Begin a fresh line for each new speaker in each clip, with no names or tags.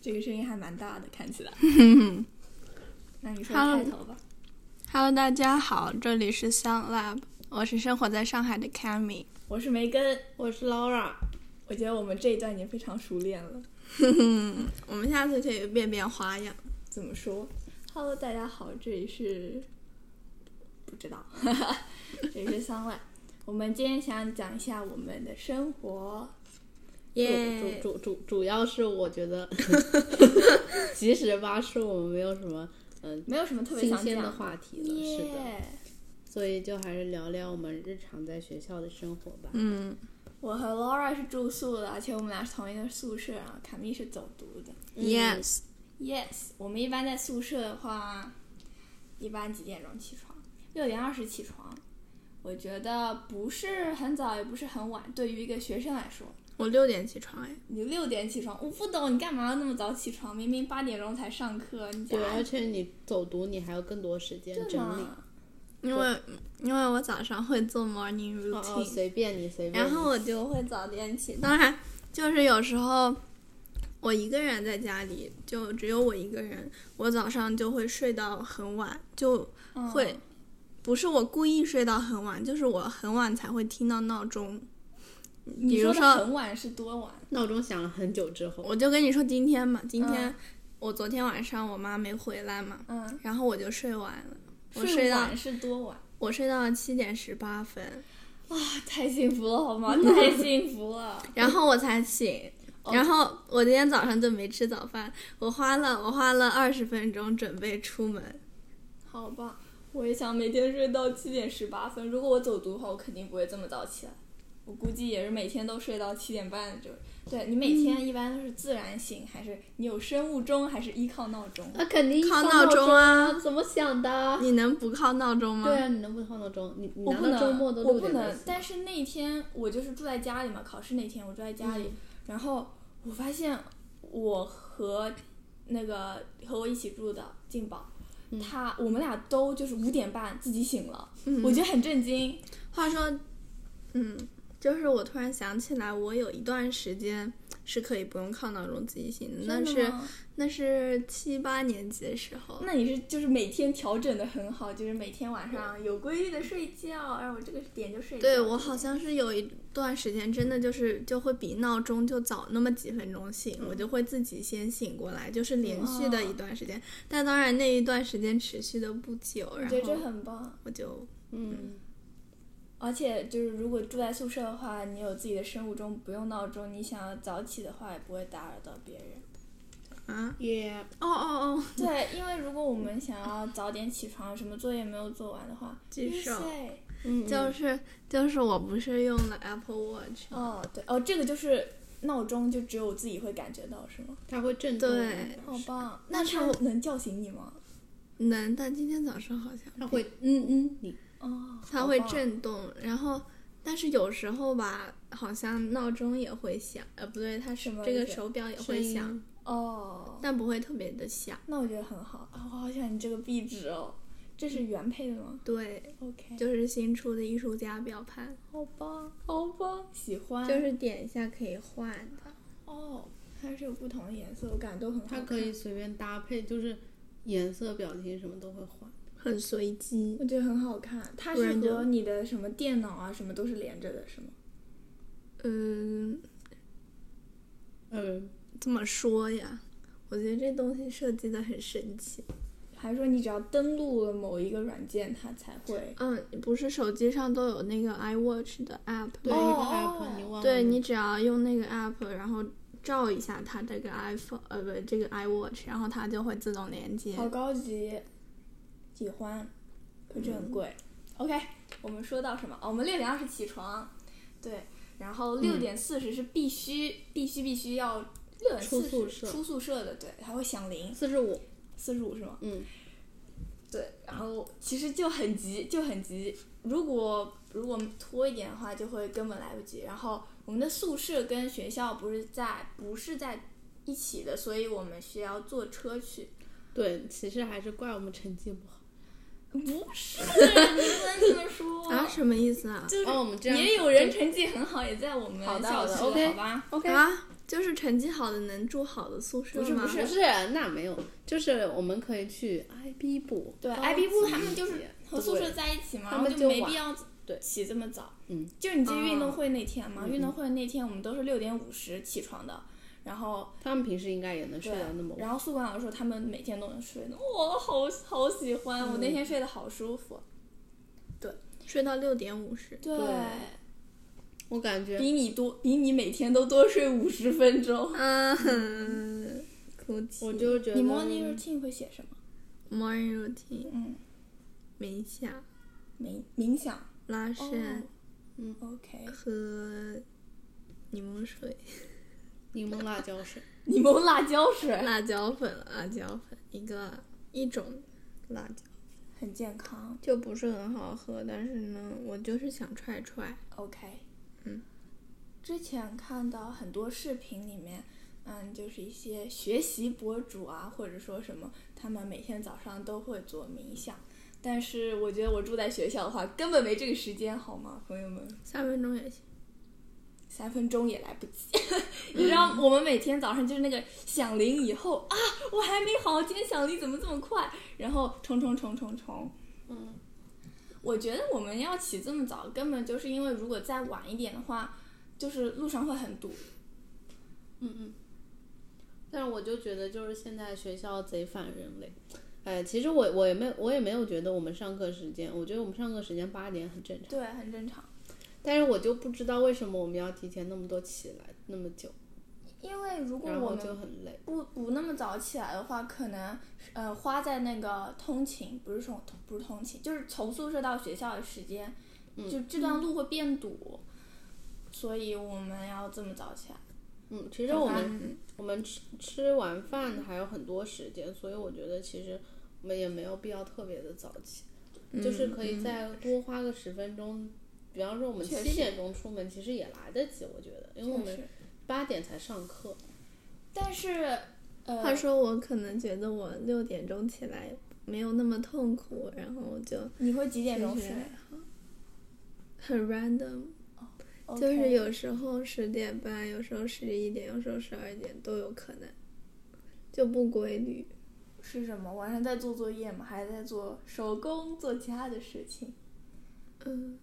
这个声音还蛮大的，看起来。那你说
Hello
开头吧。
Hello，大家好，这里是 Sound Lab，我是生活在上海的 Cammy。
我是梅根，
我是 Laura。
我觉得我们这一段已经非常熟练了。
我们下次可以变变花样。
怎么说？Hello，大家好，这里是不知 道，这里是桑外。我们今天想讲一下我们的生活，
耶、
主主主主要是我觉得，其实吧，是我们没有什么嗯、
没有什么特别
新
想
鲜
讲
的话题了
耶
是的，所以就还是聊聊我们日常在学校的生活吧。
嗯，
我和 Laura 是住宿的，而且我们俩是同一个宿舍啊。卡米是走读的。
Yes，
Yes，我们一般在宿舍的话，一般几点钟起床？六点二十起床。我觉得不是很早，也不是很晚。对于一个学生来说，
我六点起床哎。
你六点起床，我不懂你干嘛要那么早起床？明明八点钟才上课，你
对，而
讲
且你走读，你还有更多时间
对
整理。
吗？
因为因为我早上会做 morning
哦哦，
routine，、
随便你，随便你。
然后我就会早点起。当然，就是有时候我一个人在家里，就只有我一个人，我早上就会睡到很晚，就
嗯
会不是我故意睡到很晚，就是我很晚才会听到闹钟。
你
比如
的
说，
很晚是多晚？
闹钟响了很久之后，
我就跟你说今天嘛，今天、
嗯
我昨天晚上我妈没回来嘛，
嗯，
然后我就睡晚了，我
睡
睡到
晚是多晚？
我睡到七点十八分，
啊 太幸福了好 吗？太幸福了。
然后我才醒。
哦
然后我今天早上就没吃早饭，我花了我花了二十分钟准备出门。
好吧，我也想每天睡到七点十八分。如果我走读的话，我肯定不会这么早起来。我估计也是每天都睡到七点半就。对你每天一般都是自然醒，还是你有生物钟，还是依靠闹钟？
那肯
哎
定
靠
闹
闹钟
啊
啊！
怎么想的？
你能不靠闹钟吗？
对啊，你能不能靠闹钟？你你
我
难
不能，
道周末都
我
六
不
点才
能
醒。
但是那天我就是住在家里嘛，考试那天我住在家
嗯
里，然后我发现我和那个和我一起住的静宝，
嗯
他我们俩都就是五点半自己醒了，
嗯
我觉得很震惊。
嗯话说，嗯，就是我突然想起来，我有一段时间是可以不用靠闹钟自己醒的，那
真的
是
吗
那是七八年级的时候。
那你是就是每天调整的很好，就是每天晚上有规律的睡觉，哎然后我这个点就睡觉。
对我好像是有一段时间真的就是就会比闹钟就早那么几分钟醒，我就会自己先醒过来，就是连续的一段时间。但当然那一段时间持续的不久，
我
然
觉得这
后
很棒。
我就
嗯，
而且就是如果住在宿舍的话，你有自己的生物钟，不用闹钟，你想要早起的话也不会打扰到别人。
啊
也
哦哦哦，
对，因为如果我们想要早点起床，什么作业没有做完的话，
举
就是
手
睡
嗯，嗯
就是就是我不是用了 Apple Watch，
哦，对，哦，这个就是闹钟，就只有我自己会感觉到，是吗？
它会震动的。
对
好棒，
那
那
是
它
我
能叫醒你吗？
能，但今天早上好像
它会嗯嗯，你
哦，
它
好
会
棒
震动，然后但是有时候吧，好像闹钟也会响，呃，不对，它
什
是
么
这
意
个
思
手表也
声
会
音
响，
哦。
但不会特别的响。
那我觉得很好啊、我好喜欢你这个壁纸哦，这是原配的吗
对，
？OK，
就是新出的艺术家表盘，
好棒，好棒，喜欢。
就是点一下可以换的。
哦，它是有不同的颜色，我感觉都很好
它
看。
可以，随便搭配，就是颜色、表情什么都会换。
很随机，
我觉得很好看。它
不
是
然就
和你的什么电脑啊什么都是连着的，是吗？
嗯，
嗯，
怎么说呀？我觉得这东西设计的很神奇。
还是说你只要登录了某一个软件，它才会？
嗯，不是手机上都有那个 iWatch 的 app，
对，
吗
一个
哦
app，你忘了？
对你只要用那个 app，然后照一下它这个 iPhone，呃，不，这个 iWatch，然后它就会自动连接。
好高级，喜欢，可是
嗯
很贵。OK，我们说到什么？哦，我们六点二十起床，对，然后六点四十是必须、必须必须要六点
出
四
宿
十
舍
出宿舍的，对，还会响铃，
四十五，
四十五是吗？
嗯，
对，然后其实就很急，就很急。如果如果拖一点的话，就会根本来不及。然后我们的宿舍跟学校不是在不是在一起的，所以我们需要坐车去。
对，其实还是怪我们成绩不好。
不是，你不能这么说。
啊，什么意思啊？
就是
哦，我们这样
也有人成绩很好，也在我们
好的
校
好
区，
的
好
，OK
吧？
OK，
啊，就是成绩好的能住好的宿舍吗？
不是不
不是，那没有，就是我们可以去 IB 部，
对
高
，IB 部
级
他们就
一
是
点
和宿舍在一起嘛，
他
然后
们
就
就
没
晚
必要
对
起这么早。
嗯，
就是你记得运动
哦
会那天嘛，
嗯
运动会那天我们都是六点五十起床的，然后
对他们平时应该也能睡
对
到那么晚。
然后宿管老师说他们每天都能睡呢，我好好喜欢，
嗯
我那天睡得好舒服。
睡到六点五十，
对
我感觉
比你多，比你每天都多睡五十分钟。
啊嗯，哭泣。
我就觉得
你 morning routine 会写什么？
morning routine
嗯，
冥想、
冥冥想。
拉
啊
伸、
嗯，OK，
喝柠檬水、
柠檬辣椒水，
柠檬辣椒水
辣椒粉、辣椒粉一个一种辣椒，
很健康。
就不是很好喝，但是呢，我就是想踹踹。
OK，
嗯，
之前看到很多视频里面，嗯，就是一些学习博主啊，或者说什么，他们每天早上都会做冥想。但是我觉得我住在学校的话，根本没这个时间，好吗，朋友们？
三分钟也行。
三分钟也来不及。 你知道，我们每天早上就是那个响铃以后啊，我还没好，今天响铃怎么这么快？然后冲冲冲冲冲。
嗯，
我觉得我们要起这么早，根本就是因为如果再晚一点的话，就是路上会很堵。
但是我就觉得就是现在学校贼反人类。哎，其实我我也没有我也没有觉得我们上课时间，我觉得我们上课时间八点很正常，
对，很正常。
但是我就不知道为什么我们要提前那么多起来那么久，
因为如果
然
我
后
们
就很累。
不不那么早起来的话，可能呃花在那个通勤，不是从不是通勤，就是从宿舍到学校的时间，
嗯
就这段路会变堵，所以我们要这么早起来。
嗯，其实我们
嗯
我们吃吃完饭还有很多时间，所以我觉得其实我们也没有必要特别的早起，
嗯
就是可以再多花个十分钟。比方说我们
确
七
实
点钟出门，其实也来得及，我觉得，因为我
嗯确实
们八点才 上课。
但是，呃，
话说我可能觉得我六点钟起来没有那么痛苦，然后我就
你会几点钟
就是
睡？
很 random，就
OK
是有时候十点半，有时候十一点，有时候十二点都有可能，就不规律。
是什么？晚上在做作业吗？还是在做手工、做其他的事情？
嗯，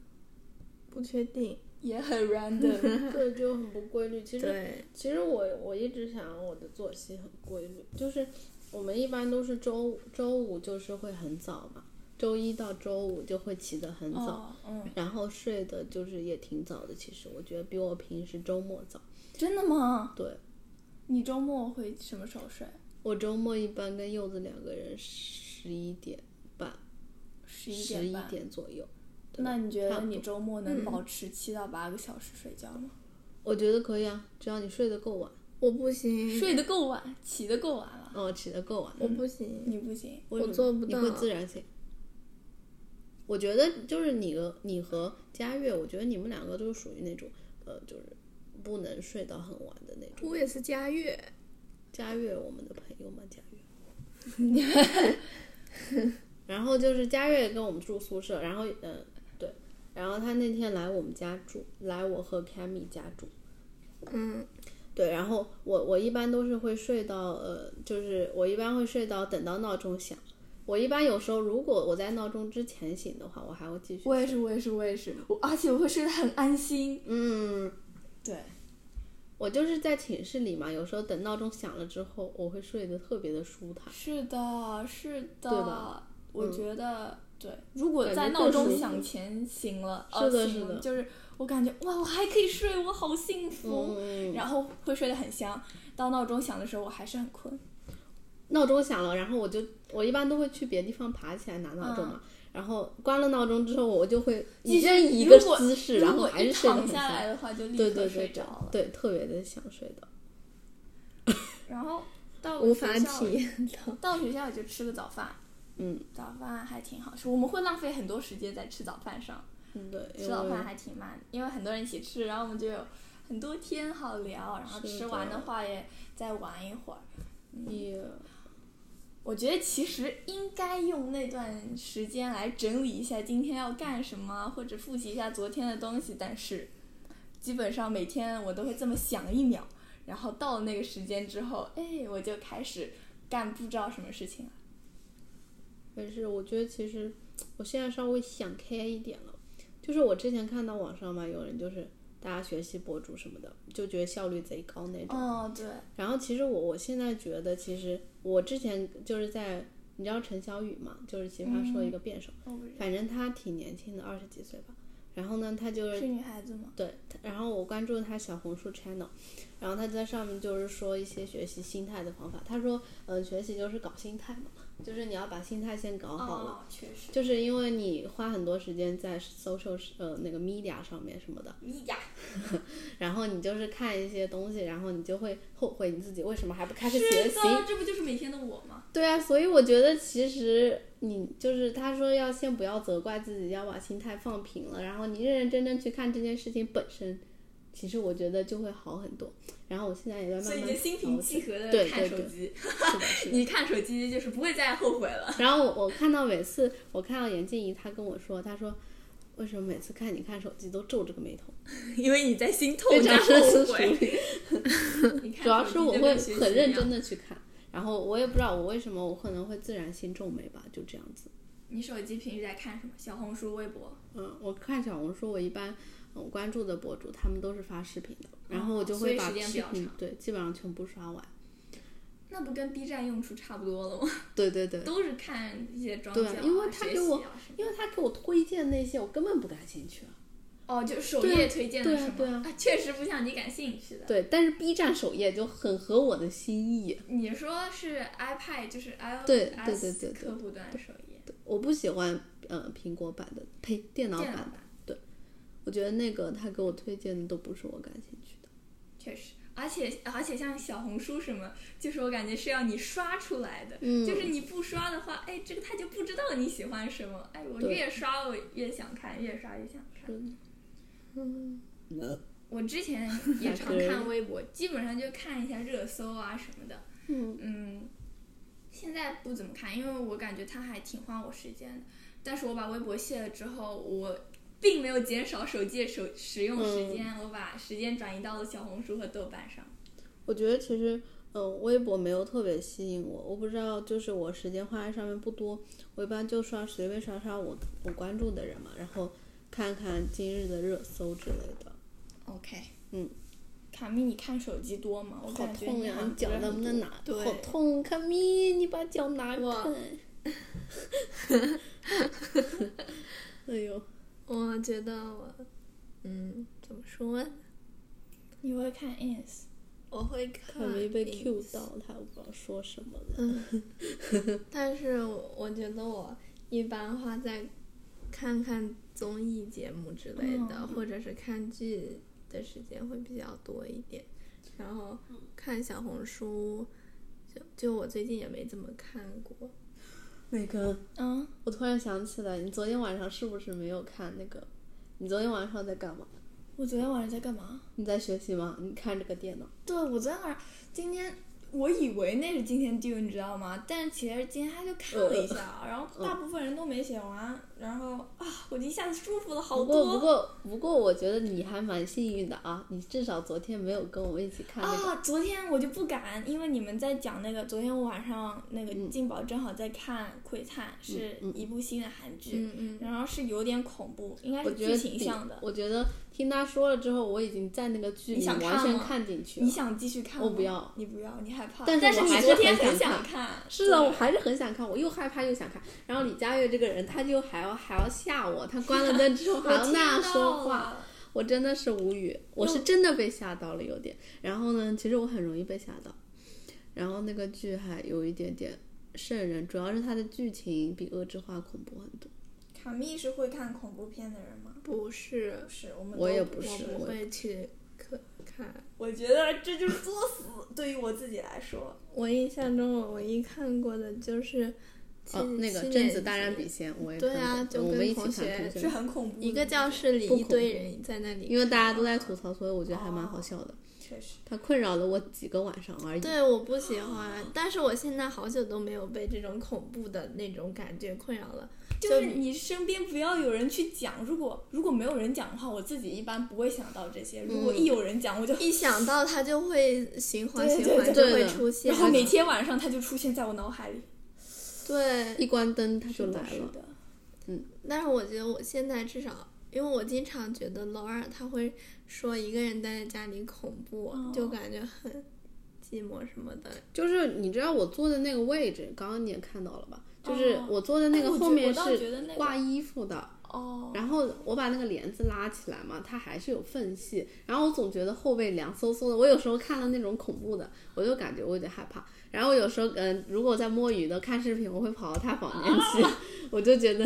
不确定。
也 很 random。
对，就很不规律。其实
对，
其实我我一直想我的作息很规律，就是我们一般都是周五周五就是会很早嘛，周一到周五就会起得很早。
哦，嗯，
然后睡的就是也挺早的，其实我觉得比我平时周末早。
真的吗？
对
你周末会什么时候睡？
我周末一般跟柚子两个人十一点半、
十一
十
点
一
半。
点左右，对
那你觉
差
得
不多嗯
你周末能保持七到八个小时睡觉吗？
我觉得可以啊，只要你睡得够晚，
我不
嗯
行，
睡得够晚，起得够晚了，
哦，起得够晚，
我不行，
你不行。
为什么
我做不
你会
到
自然醒。我觉得就是你和你和佳悦，我觉得你们两个都属于那种，呃，就是不能睡到很晚的那种。
我也是加月，
佳悦，我们的朋友嘛，佳悦。然后就是佳悦跟我们住宿舍，然后嗯、呃对，然后他那天来我们家住，来我和 Cammy 家住，
嗯，
对，然后我我一般都是会睡到呃，就是我一般会睡到等到闹钟响。我一般有时候如果我在闹钟之前醒的话，我还会继
嗯
续。
我也是，我也是，我也是，我而且我会睡得很安心。
嗯，
对，
我就是在寝室里嘛，有时候等闹钟响了之后，我会睡得特别的舒坦。
是的，是
对吧
的，我
嗯
觉得对。如果
感
在
觉
闹
更
钟
舒服
响前醒了，
是
呃
的
醒
是的
了就是我感觉哇，我还可以睡，我好幸福。
嗯，
然后会睡得很香，到闹钟响的时候我还是很困。
闹钟响了，然后我就我一般都会去别地方爬起来拿闹钟嘛。然后关了闹钟之后，我就会
嗯继
一
续
任一
如
个
果
姿势，
如
然后
果
还
一
是睡得
躺
很
下
香
来的话，就
对
立刻
对
睡
对
着
对
了。
对，特别的想睡的。
然后到了
无法
学校
体验到。
到学校也就吃个早饭，
嗯，
早饭还挺好吃。我们会浪费很多时间在吃早饭上，
嗯对，
吃
因
早
为
饭还挺慢，因为很多人一起吃，然后我们就有很多天好聊。然后
是
吃完
的
的话也再玩一会儿。
你
我觉得其实应该用那段时间来整理一下今天要干什么，或者复习一下昨天的东西。但是，基本上每天我都会这么想一秒，然后到了那个时间之后，哎，我就开始干不知道什么事情了。
但是我觉得其实我现在稍微想开一点了，就是我之前看到网上嘛，有人就是大家学习博主什么的，就觉得效率贼高那种。
哦，对，
然后其实我我现在觉得，其实我之前就是在你知道陈小雨嘛，就是奇葩说一个辩手，
我不知
反正她挺年轻的，二十几岁吧。然后呢，她就是
是女孩子吗？
对，然后我关注了他小红书 channel，然后他在上面就是说一些学习心态的方法。他说，嗯，学习就是搞心态嘛，就是你要把心态先搞好了。
哦，确实。
就是因为你花很多时间在 social 呃那个 media 上面什么的，
你呀，
然后你就是看一些东西，然后你就会后悔你自己为什么还不开始学
是
习。
的，这不就是每天的我吗？
对啊，所以我觉得其实你就是他说要先不要责怪自己，要把心态放平了，然后你认认真真去看这件事情本身，其实我觉得就会好很多。然后我现在也在慢慢
所以你就心平
调
气
整
和的
对
看
对
手
对，
机，
是的，是的。
你看手机就是不会再后悔 了。
然后我我看到每次我看到严静怡，她跟我说，她说为什么每次看你看手机都皱着个眉头，
因为你在心痛
非
在
常
后
深思
悔
熟。虑。
你看
主要是
手机
我
就
会
跟学习
很
一
认
样
真。的去看，然后我也不知道我为什么我可能会自然心皱眉吧，就这样子。
你手机平时在看什么？小红书、微博？
嗯，我看小红书，我一般嗯我关注的博主，他们都是发视频的，然后我就
哦所以
会把
时间比
视
较
频
长
对基本上全部刷完。
那不跟 B 站用处差不多了吗？
对对对，
都是看一些装
对
教啊、
因为他
学
给
习
我
啊什么
因为他给我推荐那些我根本不感兴趣啊。
哦，就首
对啊
页推荐的
对啊
什么
对啊
确实不像你感兴趣的。
对，但是 B 站首页就很合我的心意，
你说是 iPad 就是 iOS
对对对对对
客户端首页，
对我不喜欢呃苹果版的，呸，电脑
电
版
脑
的
版。
我觉得那个他给我推荐的都不是我感兴趣的。
确实。而且而且像小红书什么，就是我感觉是要你刷出来的，
嗯
就是你不刷的话，哎，这个他就不知道你喜欢什么，哎，我
对嗯
越刷我越想看，越刷越想看。我之前 也常
对
看微博，基本上就看一下热搜啊什么的。
嗯
嗯，现在不怎么看，因为我感觉它还挺花我时间的。但是我把微博卸了之后，我并没有减少手机的手使用
嗯
时间，我把时间转移到了小红书和豆瓣上。
我觉得其实，嗯、微博没有特别吸引我。我不知道，就是我时间花在上面不多，我一般就刷随便刷刷我我关注的人嘛，然后看看今日的热搜之类的。
OK，
嗯，
卡米，你看手机多吗？我
好
感觉
痛
你
呀
好！像
你脚
不是
能不
很
能
多
拿？
对
好痛！卡米，你把脚拿
我
开。哎呦，
我觉得我，嗯，怎么说呢？
你会看 ins？
我会
卡
看
米被
Q
Q 到，他不知道说什么
嗯
了。
但是我我觉得我一般花在看看综艺节目之类的，
嗯
或者是看剧的时间会比较多一点，然后
嗯
看小红书，就就我最近也没怎么看过。
那个，
嗯，
我突然想起来，你昨天晚上是不是没有看那个？你昨天晚上在干嘛？
我昨天晚上在干嘛？
你在学习吗？你看这个电脑。
对，我昨天晚上，今天我以为那是今天 due，你知道吗？但其实今天他就看了一下，
呃
然后大部分人都没写完，然后啊，我就一下子舒服了好
不过不
多。
过不过，我觉得你还蛮幸运的啊，你至少昨天没有跟我们一起看那个。
啊，昨天我就不敢，因为你们在讲那个，昨天晚上那个
嗯
静宝正好在看《窥探》，是
嗯
一部新的韩剧，
嗯嗯，
然后是有点恐怖，应该
我
是
觉
剧
得
情
比
向的。
我觉得听他说了之后，我已经在那个剧
你
里
想
完
看
全
吗
看进去了。
你想继续看吗？
我不要，
你不要，你害怕。
但是
但
我
你
还是
昨天
很想
想
看
看。
是的，
对
我还是很想看，我又害怕又想看。然后李佳悦这个人，他就还要还要吓我，他关了灯之后 还
我
要
听
那样
到
说话，
了。
我真的是无语，我是真的被吓到了有点。然后呢，其实我很容易被吓到。然后那个剧还有一点点瘆人，主要是它的剧情比《恶之花》恐怖很多。
卡密是会看恐怖片的人吗？
不是
不，是，我们
我
都
也
不
不是
我不
我
会去看看。
我觉得这就是 作死，对于我自己来说，
我印象中我唯一看过的就是，
哦，那个
贞
贞子大战笔仙，我也
对
看
啊
过
就
我们
跟
一起
同
看
学
是
同学，
很恐怖的，
一个教室里
嗯不
一
恐
堆
怖
人在那里，
因为大家都在吐槽，所以我觉得还蛮好笑的。
确实，
它困扰了我几个晚上而已。
对，我不喜欢，但是我现在好久都没有被这种恐怖的那种感觉困扰了。
就是你身边不要有人去讲，如果如果没有人讲的话，我自己一般不会想到这些，
嗯
如果一有人讲，我就
一想到它就会循环
对
循
对
环就
对
会
的
出现
然，后每天晚上它就出现在我脑海里，
对。
一关灯它
是
就
的
来
是
了，
的，
但是我觉得我现在至少，因为我经常觉得老二他会说一个人待在家里恐怖，
哦
就感觉很寂寞什么的。
就是你知道我坐的那个位置，刚刚你也看到了吧？就是
哦
我坐的那
哎
个
我
后
觉
面
我倒觉
是
得那个
挂衣服的，
哦，
然后我把那个帘子拉起来嘛，它还是有缝隙。然后我总觉得后背凉飕飕的，我有时候看了那种恐怖的，我就感觉我有点害怕。然后有时候，嗯、如果在摸鱼的看视频，我会跑到他房间去， 我就觉得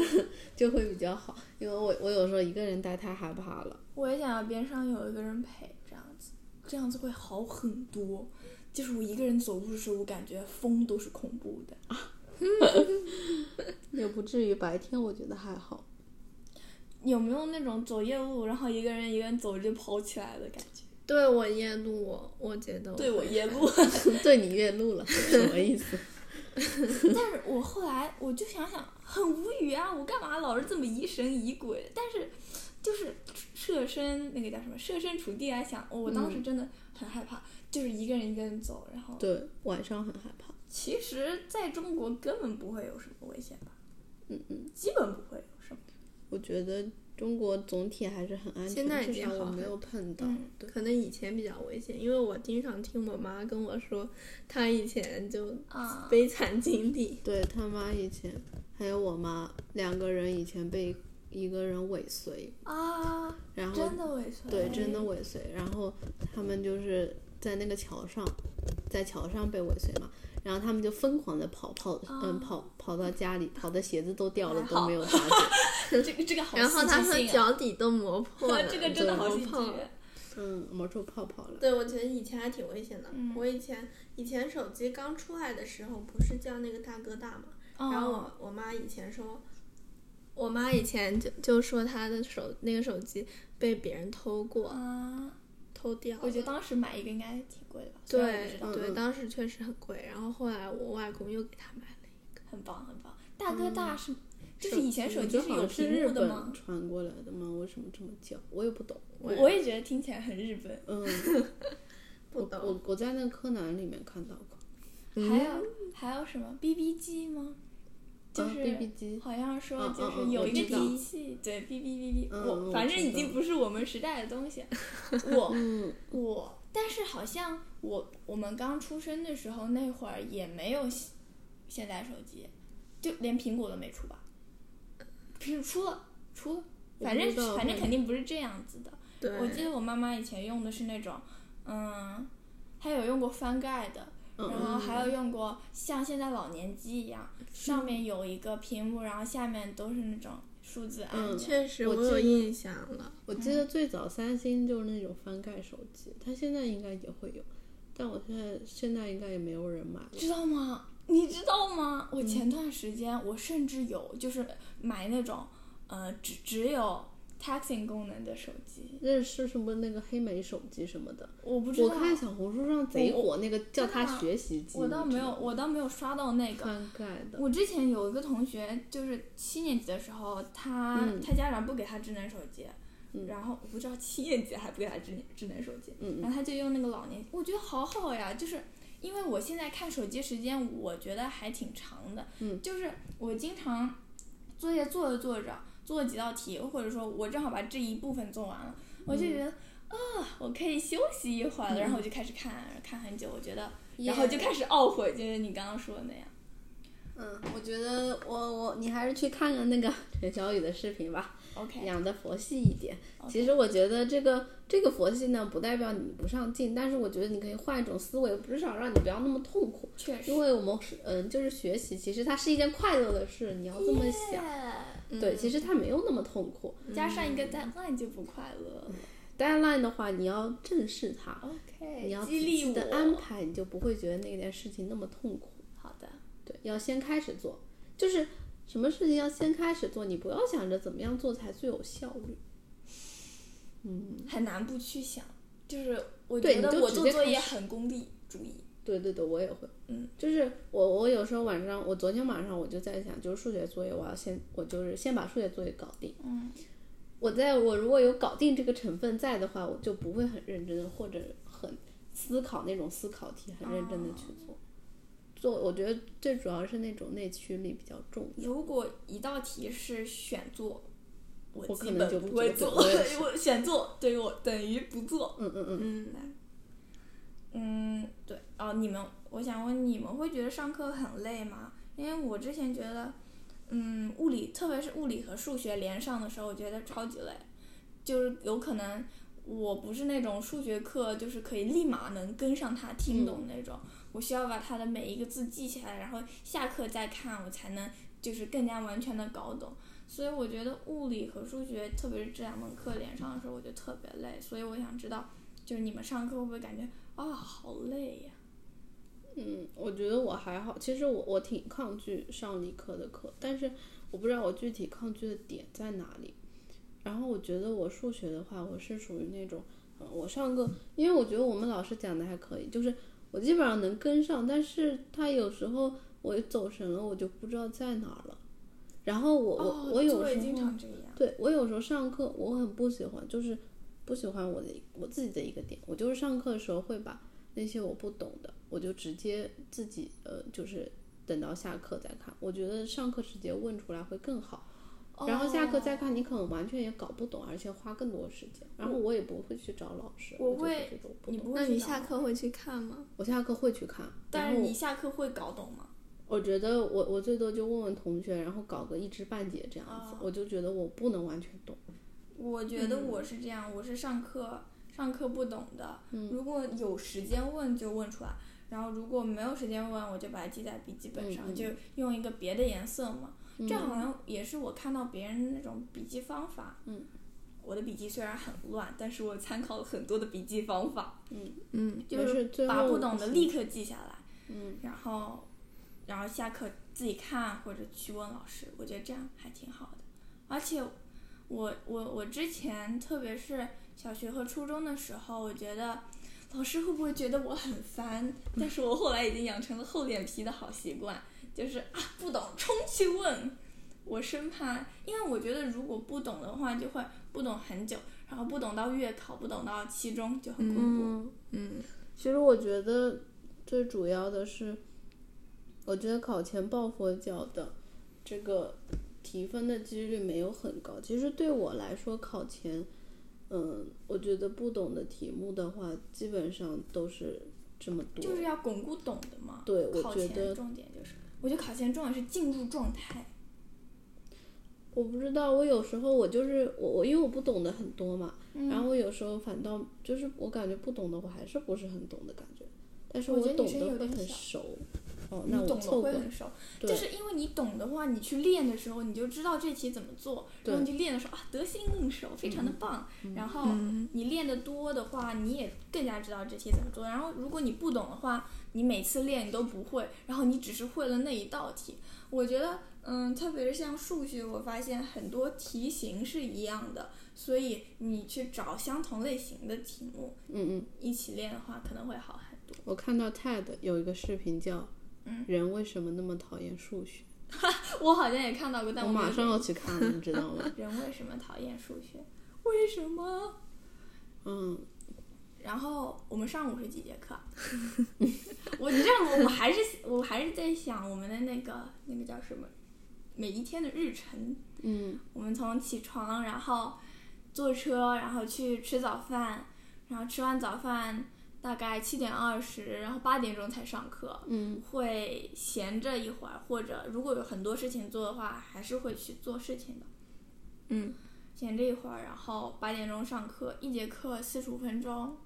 就会比较好，因为我我有时候一个人待太害怕了。
我也想要边上有一个人陪，这样子，这样子会好很多。就是我一个人走路的时候，我感觉风都是恐怖的。
也不至于白天，我觉得还好。
有没有那种走夜路，然后一个人一个人走着就跑起来的感觉？
对我夜路，我觉得
对我
会
夜
害
路，
对你越路了，什么意思？
但是我后来我就想想，很无语啊，我干嘛老是这么疑神疑鬼？但是就是设身那个叫什么，设身处地来想，哦我当时真的很害怕，就是一个人一个人走，然后
对，晚上很害怕。
其实在中国根本不会有什么危险吧，
嗯嗯，
基本不会有什么。
我觉得中国总体还是很安全，
现在已
至
经
少我
好
没
很
有碰到。
嗯
对，
可能以前比较危险，因为我经常听我妈跟我说，她以前就
啊，
悲惨经历。
对他妈以前还有我妈两个人以前被一个人尾随，
啊，
然后
真的尾随，
对真的尾随，然后他们就是在那个桥上，在桥上被尾随嘛，然后他们就疯狂的跑跑嗯
啊
跑跑到家里，跑的鞋子都掉了
还
都
好
没有发 觉，
这个这个好
然后她
戏
说
剧性啊
脚底都磨破了，
这个真的好
磨
戏
破
剧
了。
嗯，磨出泡泡了。
对，我觉得以前还挺危险的。
嗯
我以前以前手机刚出来的时候，不是叫那个大哥大嘛？
嗯
然后我我妈以前说，我妈以前就就说她的手那个手机被别人偷过，
啊，
偷掉了。
我觉得当时买一个应该挺贵的吧，虽然我不
对
知道
嗯
对，
嗯
当时确实很贵。然后后来我外公又给她买了一个。
很棒很棒。大哥大是、就
手
是以前手
我
机
觉得嗯好
有
像是
屏
日
幕的
本
吗？
传过来的吗？为什么这么叫？我也不懂。
我也
我也觉得听起来很日本。
嗯，
不
我
懂
我我在那个柯南里面看到过，嗯
还有还有什么 BB 机吗？就
啊
是、
BB 机
好像说
嗯
就
嗯嗯
是有
我
一
知
个
道
机器，对 B B B B，
嗯
我
我
反正
知
已经
道
不是我们时代的东西。 我
嗯，
我，但是好像我我们刚出生的时候那会儿也没有现现在手机，就连苹果都没出吧？苹出了出了，
我
反
不
正
知道
反正
会
肯定不是这样子的。
对，
我记得我妈妈以前用的是那种，嗯，她有用过翻盖的，
嗯
然后还有用过像现在老年机一样，上面有一个屏幕，然后下面都是那种数字按
嗯
钮。
确实
我
我
记
有
得
印象了。
我记得最早三星就是那种翻盖手机，它现在应该也会有，但我现在现在应该也没有人买了。
知道吗？你知道吗？我
嗯
前段时间我甚至有就是买那种呃只只有 texting 功能的手机，
那是什么那个黑莓手机什么的？
我不知道。
我看小红书上贼
我
火那个叫它
真的吗
学习机，
我倒
你
没有，
知道吗
我倒没有刷到那个。
翻盖的。
我之前有一个同学，就是七年级的时候，他、
嗯
他家长不给他智能手机，
嗯
然后我不知道七年级还不给他智能智能手机，
嗯
然后他就用那个老年，我觉得好好呀，就是因为我现在看手机时间，我觉得还挺长的，
嗯
就是我经常作业做着做着，做了几道题，或者说我正好把这一部分做完了，我
嗯
就觉得。啊，我可以休息一会儿了，然后我就开始看，看很久，我觉得，然后就开始懊悔，就是你刚刚说的那样。
嗯，我觉得我我你还是去看看那个 陈小雨的视频吧。
OK，
养的佛系一点。其实我觉得这个这个佛系呢，不代表你不上进，但是我觉得你可以换一种思维，至少让你不要那么痛苦。
确实
因为我们是嗯，就是学习，其实它是一件快乐的事，你要这么想。对，
嗯
其实它没有那么痛苦。
加上一个 deadline 就不快乐了。
deadline 的话，你要正视它，嗯你
OK，
要
激励
的安
我。
排，你就不会觉得那件事情那么痛苦。
好的，
对，要先开始做。就是什么事情要先开始做，你不要想着怎么样做才最有效率。嗯，
很难不去想。就是我
对
觉
你
得
就
我
直
做
接
作
开
业很功利主义，
对对对，我也会。
嗯，
就是我我有时候晚上，我昨天晚上我就在想，就是数学作业，我要先我就是先把数学作业搞定。
嗯，
我在我如果有搞定这个成分在的话，我就不会很认真或者很思考那种思考题，很认真的去做。做我觉得最主要是那种内驱力比较重要。
如果一道题是选做，我
我可
基
能
本
就不
会
做
做，
我也是
我选做对于我等于不做。
嗯嗯嗯，
嗯，
嗯，对哦，你们，我想问你们会觉得上课很累吗？因为我之前觉得，嗯，物理，特别是物理和数学连上的时候，我觉得超级累，就是有可能我不是那种数学课就是可以立马能跟上它听懂那种，我需要把它的每一个字记起来，然后下课再看，我才能就是更加完全的搞懂。所以我觉得物理和数学，特别是这两门课连上的时候，我就特别累。所以我想知道，就是你们上课会不会感觉？啊、好累呀、
嗯，我觉得我还好，其实我我挺抗拒上理科的课，但是我不知道我具体抗拒的点在哪里。然后我觉得我数学的话，我是属于那种，嗯，我上课，因为我觉得我们老师讲的还可以，就是我基本上能跟上，但是他有时候我走神了，我就不知道在哪儿了。然后我我、
哦，
我有
作业
时
经
候
常这样。
对我有时候上课我很不喜欢，就是不喜欢我的一我自己的一个点，我就是上课的时候会把那些我不懂的，我就直接自己呃，就是等到下课再看。我觉得上课直接问出来会更好，
哦
然后下课再看，你可能完全也搞不懂，而且花更多时间。然后我也不会去找老师，
我
我就会
会
觉得我不
你
懂。
不会
那
去
你
找
下
吗，
课会去看吗？
我下课会去看，然
但是
后
你下课会搞懂吗？
我觉得我我最多就问问同学，然后搞个一知半解这样子，
哦
我就觉得我不能完全懂。
我觉得我是这样，我是上课上课不懂的，
嗯
如果有时间问就问出来，然后如果没有时间问，我就把它记在笔记本上，
嗯嗯
就用一个别的颜色嘛。
嗯
这好像也是我看到别人那种笔记方法。
嗯，
我的笔记虽然很乱，但是我参考了很多的笔记方法，
嗯，
就
没
是
事最
把
后
不懂的
行
立刻记下来。
嗯。
然后，然后下课自己看或者去问老师，我觉得这样还挺好的。而且我，我我之前特别是小学和初中的时候，我觉得老师会不会觉得我很烦？但是我后来已经养成了厚脸皮的好习惯，就是啊不懂冲去问。我生怕，因为我觉得如果不懂的话，就会不懂很久，然后不懂到月考，不懂到期中就很恐怖。
嗯嗯，
其实我觉得最主要的是，我觉得考前抱佛脚的这个提分的几率没有很高。其实对我来说，考前，嗯，我觉得不懂的题目的话，基本上都是这么多。
就是要巩固懂的嘛。
对我
考
觉
前
得
重点就是，我觉得考前重点是进入状态。
我不知道，我有时候我就是我我因为我不懂的很多嘛，
嗯
然后我有时候反倒就是我感觉不懂的我还是不是很懂的感觉，但是
我觉得
懂
女生
的
有
会
点
很
少
熟。哦，
你
那我
懂了
凑合
会。很熟，
对
就是因为你懂的话，你去练的时候，你就知道这题怎么做，
对
然后你就练的时候啊，得心应手，非常的棒。然后
嗯
你练得多的话，你也更加知道这题怎么做。然后如果你不懂的话，你每次练你都不会，然后你只是会了那一道题。我觉得，嗯，特别是像数学，我发现很多题型是一样的，所以你去找相同类型的题目，
嗯嗯。
一起练的话，可能会好很多。
我看到 TED 有一个视频叫《
嗯
人为什么那么讨厌数学》，
我好像也看到过，但
我
没
马
有
上要去看了，你知道吗？
人为什么讨厌数学？为什么？
嗯，
然后我们上午是几节课啊？ 我你知道我我还是我还是在想我们的那个那个叫什么，每一天的日程。
嗯，
我们从起床，然后坐车，然后去吃早饭，然后吃完早饭大概七点二十，然后八点钟才上课。
嗯，
会闲着一会儿，或者如果有很多事情做的话，还是会去做事情的。
嗯，
闲着一会儿，然后八点钟上课，一节课四十五分钟，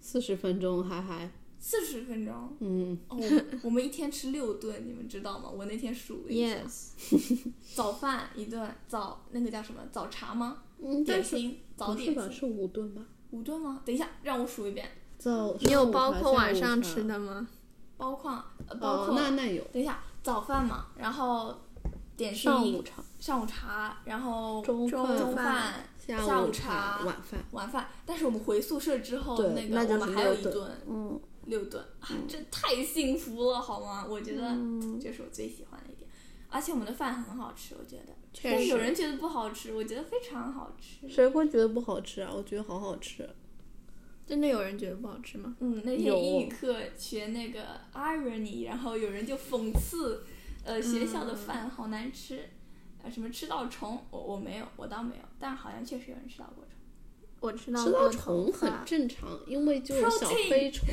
四十分钟还还，
四十分钟。
嗯
哦，我我们一天吃六顿，你们知道吗？我那天数了一下
Yes，
早饭一顿，早那个叫什么早茶吗？
嗯
点
但是
心，早
不是
点
吧？
心
是五顿吧？
五顿吗？等一下，让我数一遍，
早
你有
上午
包
茶
括晚
下午
上
茶
吃的吗？
包括呃包
哦
括、，
那那有，
等一下早饭嘛，然后点心、
上午茶、
上午茶，然后
中
中
饭
饭、
下
午
茶、
茶、
晚饭。
晚饭。但是我们回宿舍之后，
对
那
那
个
就
我
是
们还有
六
一
顿
顿
嗯，
六顿啊，这太幸福了，好吗？我觉得
嗯
这是我最喜欢的一点，而且我们的饭很好吃，我觉得。
确
但
实
有人觉得不好吃，我觉得非常好吃。
谁会觉得不好吃啊？我觉得好好吃。
真的有人觉得不好吃吗？
嗯，那天
有
英语课学那个 irony，然后有人就讽刺，呃，学校
嗯
的饭好难吃，呃，什么吃到虫，我我没有，我倒没有，但好像确实有人吃到过虫。
我吃到
吃
过
到虫
头
很
发
正常，因为就是小
Protein
飞虫，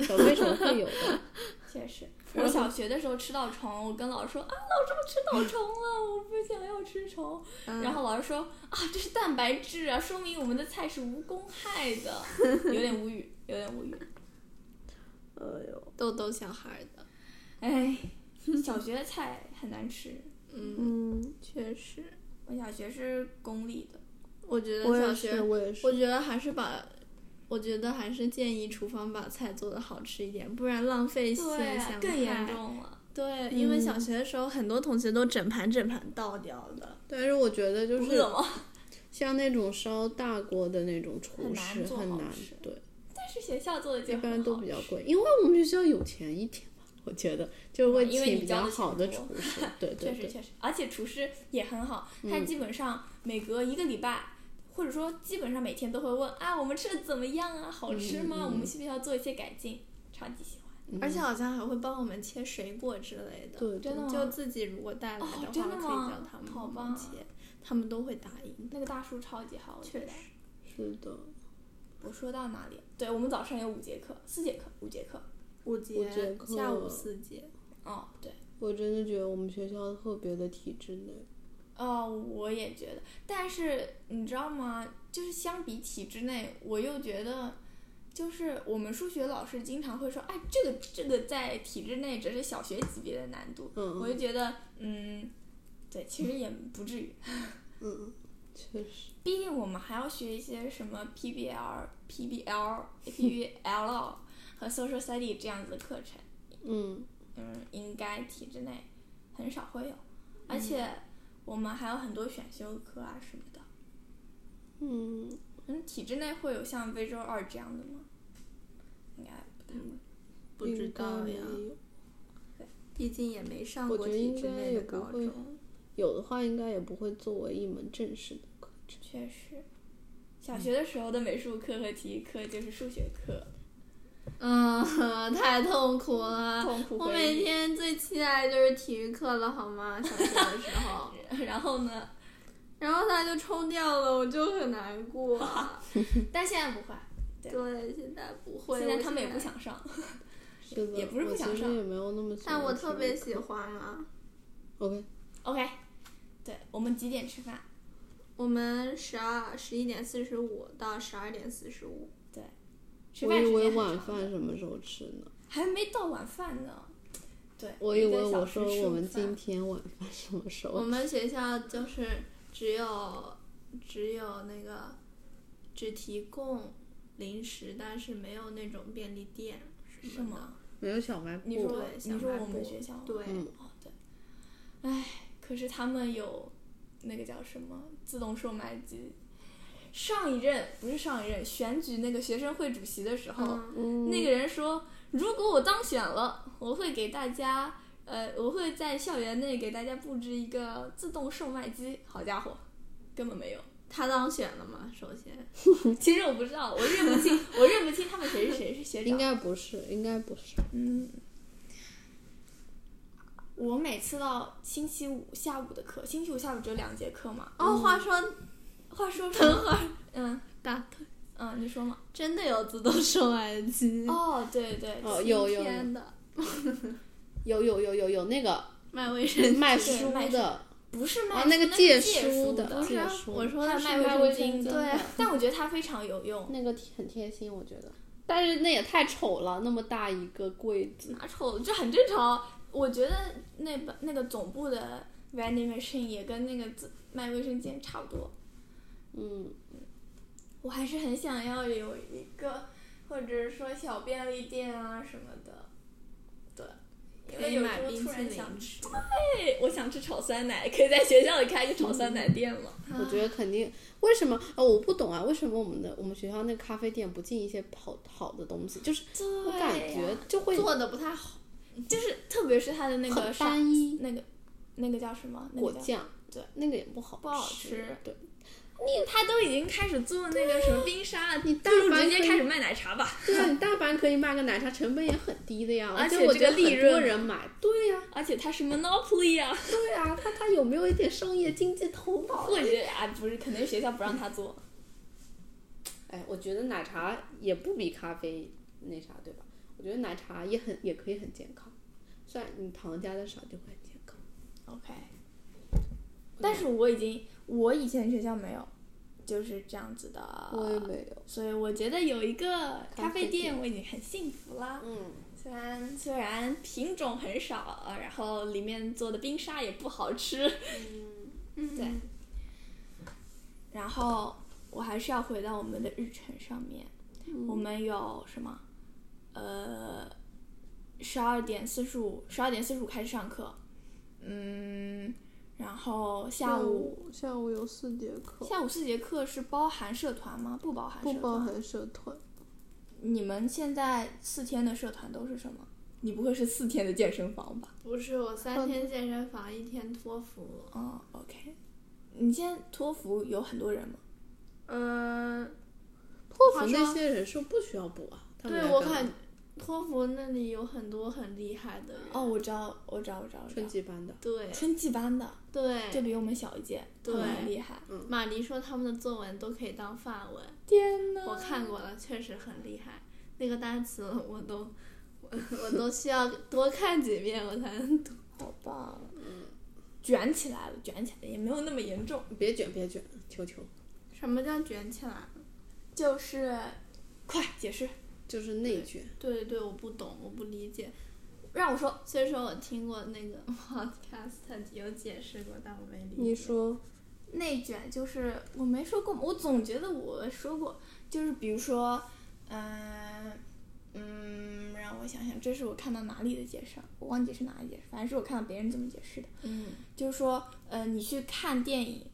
小飞虫会有的。
确实， 嗯我小学的时候吃到虫，我跟老师说啊，老师我吃到虫了，我不想要吃虫。
嗯
然后老师说啊，这是蛋白质啊，说明我们的菜是无公害的， 有点无语，有点无语。
哎呦，
逗逗小孩儿的，
哎，小学的菜很难吃，
嗯，
嗯，
确实，
我小学是公立的。
我觉得
我
小
也
学
是，我也是。
我觉得还是把，我觉得还是建议厨房把菜做的好吃一点，不然浪
对
费
啊，
咸香
更严
菜。
重了。
对，因为小
嗯
学的时候，很多同学都整盘整盘倒掉的。
但是我觉得就
不
是
饿 吗？
像那种烧大锅的那种厨
很难
师
做
很
好
难
吃，
对，
但是学校做的就
一般都
很好
比较贵，因为我们学校有钱一点嘛，我觉得就会
嗯因为
请
你
比
交
较
的钱
好的
多
厨师，对对
确实
对，
确实，而且厨师也很好，他基本上每隔一个礼拜，或者说基本上每天都会问啊，我们吃的怎么样啊？好吃吗？
嗯嗯嗯
我们需不需要做一些改进？超级喜欢。
嗯
而且好像还会帮我们切水果之类的。
对
真的吗
就自己如果带来的话，
哦
可以
真的吗
叫他们
好
帮
棒
忙切，他们都会答应。
那个大叔超级好，我觉
确
得。
实
是的，
我说到哪里？对我们早上有五节课，四节课，五节课。
五
节
节，下
课
午四节，
哦，对，
我真的觉得我们学校特别的体制内，
哦，我也觉得，但是你知道吗？就是相比体制内，我又觉得，就是我们数学老师经常会说，哎，这个这个在体制内只是小学级别的难度，
嗯
我
嗯
就觉得，嗯，对，其实也不至于，
嗯，确实，
毕竟我们还要学一些什么 PBL、PBL、PBL 和 Social Study 这样子的课程。
嗯
嗯，应该体制内很少会有，而
嗯
且我们还有很多选修课啊什么的。
嗯，
嗯，体制内会有像非洲二这样的吗？应该不太会。
不知道呀，
应该
毕竟也没上
我
过
觉得
体
应
制
该
内的
也不
高
会
中。
有的话应该也不会作为一门正式的课程。
确实，小学的时候的美术课和体育课就是数学课，
嗯， 太痛苦了。
痛苦
我
回
每
忆
天最期待就是体育课了，好吗？小学的时候，
然后呢？
然后他就抽掉了，我就很难 过。啊
嗯但现在不会，
对，现在不会，
现在
我
他们也不
在。
想上。
是的，
也不是不
我
想
其
上
实也没有那么喜
但
欢体育课，
我特别喜欢啊。
OK，
OK，对我们几点吃饭？
我们十二十一点四十五到十二点四十五，
吃
我
饭
以
时
为
间
晚
很长的
饭什么时候吃呢？
还没到晚饭呢。对，
我以
一个
为
小
我
时
说
吃
我
午
们
饭嗯
今天晚饭什么时
我
候？
们学校就是只有只有那个只提供零食，但是没有那种便利店
是
什么的。
吗？
没有小卖部
你说
对小
你说
卖
我们
部
学校吗
对，
嗯
哦，对，哎，可是他们有那个叫什么自动售卖机。上一任不是上一任选举那个学生会主席的时候，
嗯，
那个人说，如果我当选了，我会给大家，呃，我会在校园内给大家布置一个自动售卖机。好家伙，根本没有。
他当选了嘛？首
嗯
先，
其实我不知道，我认不清，我认不清他们谁是谁是学长。
应该不是，应该不是。
嗯，我每次到星期五下午的课，星期五下午只有两节课嘛。
哦，话说
话说等会儿，嗯
大
嗯，你说嘛？
真的有自动售卖机，
哦，对对，
嗯哦，有有
天的
有有有有有那个
卖卫生
卖
对
书
卖
的，
不是卖
哦
书
那个
是
借
书
书的
不是啊
借书
我说的
卖卫
是
卫
生
生
巾
巾
对啊，
但我觉得它非常有 用，
那个很贴心，我觉得。但是那也太丑了，那么大一个柜子。
拿丑这很正常。我觉得那本那个总部的 vending machine 也跟那个自卖卫生间差不多。
嗯，
我还是很想要有一个，或者说小便利店啊什么的。对，因
可
为
以
有
买
时候
冰
突
淇
然
淋
想吃，对，我想吃炒酸奶，可以在学校里开一个炒酸奶店吗？
我觉得肯定，为什么啊、我不懂啊，为什么我们的我们学校那咖啡店不进一些好好的东西？就是
对
嗯我感觉就会
做的不太好。
就是特别是它的那个
很
啥
单一，
那个那个叫什么？那
果
个叫
酱，
对，
那个也不好
不好吃
吃，对，
你他都已经开始做那个什么冰沙了，
你
不
但
如
凡
直接
可以
开始卖奶茶吧。
对啊，你大凡可以卖个奶茶，成本也很低的呀，
而且
我
这个
觉得
利
很多
润
人买，对呀、
而且它是 monopoly 啊，
对 呀、他他有没有一点商业经济头脑？
我觉得哎不是，肯定学校不让他做。
哎，我觉得奶茶也不比咖啡那啥，对吧？我觉得奶茶也很也可以很健康，虽然你糖加的少就会很健康。
OK，但是我已经我以前学校没有就是这样子
啊我也
的，
没有，
所以我觉得有一个
咖
咖啡
啡
店
店
我已经很幸福啦。
嗯，
虽然虽然品种很少，呃然后里面做的冰沙也不好吃，
嗯
对。然后我还是要回到我们的日程上面，我们有什么？呃，十二点四十五，十二点四十五开始上课，嗯，然后下午
下午有四节课，
下午四节课是包含社团吗？不包含社
不
团。
包含社团。
你们现在四天的社团都是什么？你不会是四天的健身房吧？
不是我
嗯
三天健身房，一天托福。
哦，OK。你现在托福有很多人吗？
嗯，
托
好
福
像
那些人说不需要补啊。他们
对
来
我
干嘛
看托福那里有很多很厉害的人。
哦，我知道，我知道，我知道，我知
春
道。
季班的，
对
春季班的，就
对，
比我们小一届，他
对
们很厉害。
马黎说他们的作文都可以当范文，
天
我看过了，确实很厉害。那个单词我都 我都需要多看几遍我才能读。
好棒！卷起来了，卷起来了也没有那么严重，
别卷别卷，求求，
什么叫卷起来？
就是快解释，
就是内卷。
对对对，我不懂，我不理解。
让我说，
虽说我听过那个 podcast 有解释过，但我没理解。
说，
内卷就是我没说过吗，我总觉得我说过，就是比如说，嗯、嗯，让我想想，这是我看到哪里的解释啊，我忘记是哪里解释，反正是我看到别人这么解释的。
嗯
就是说，呃，你去看电影，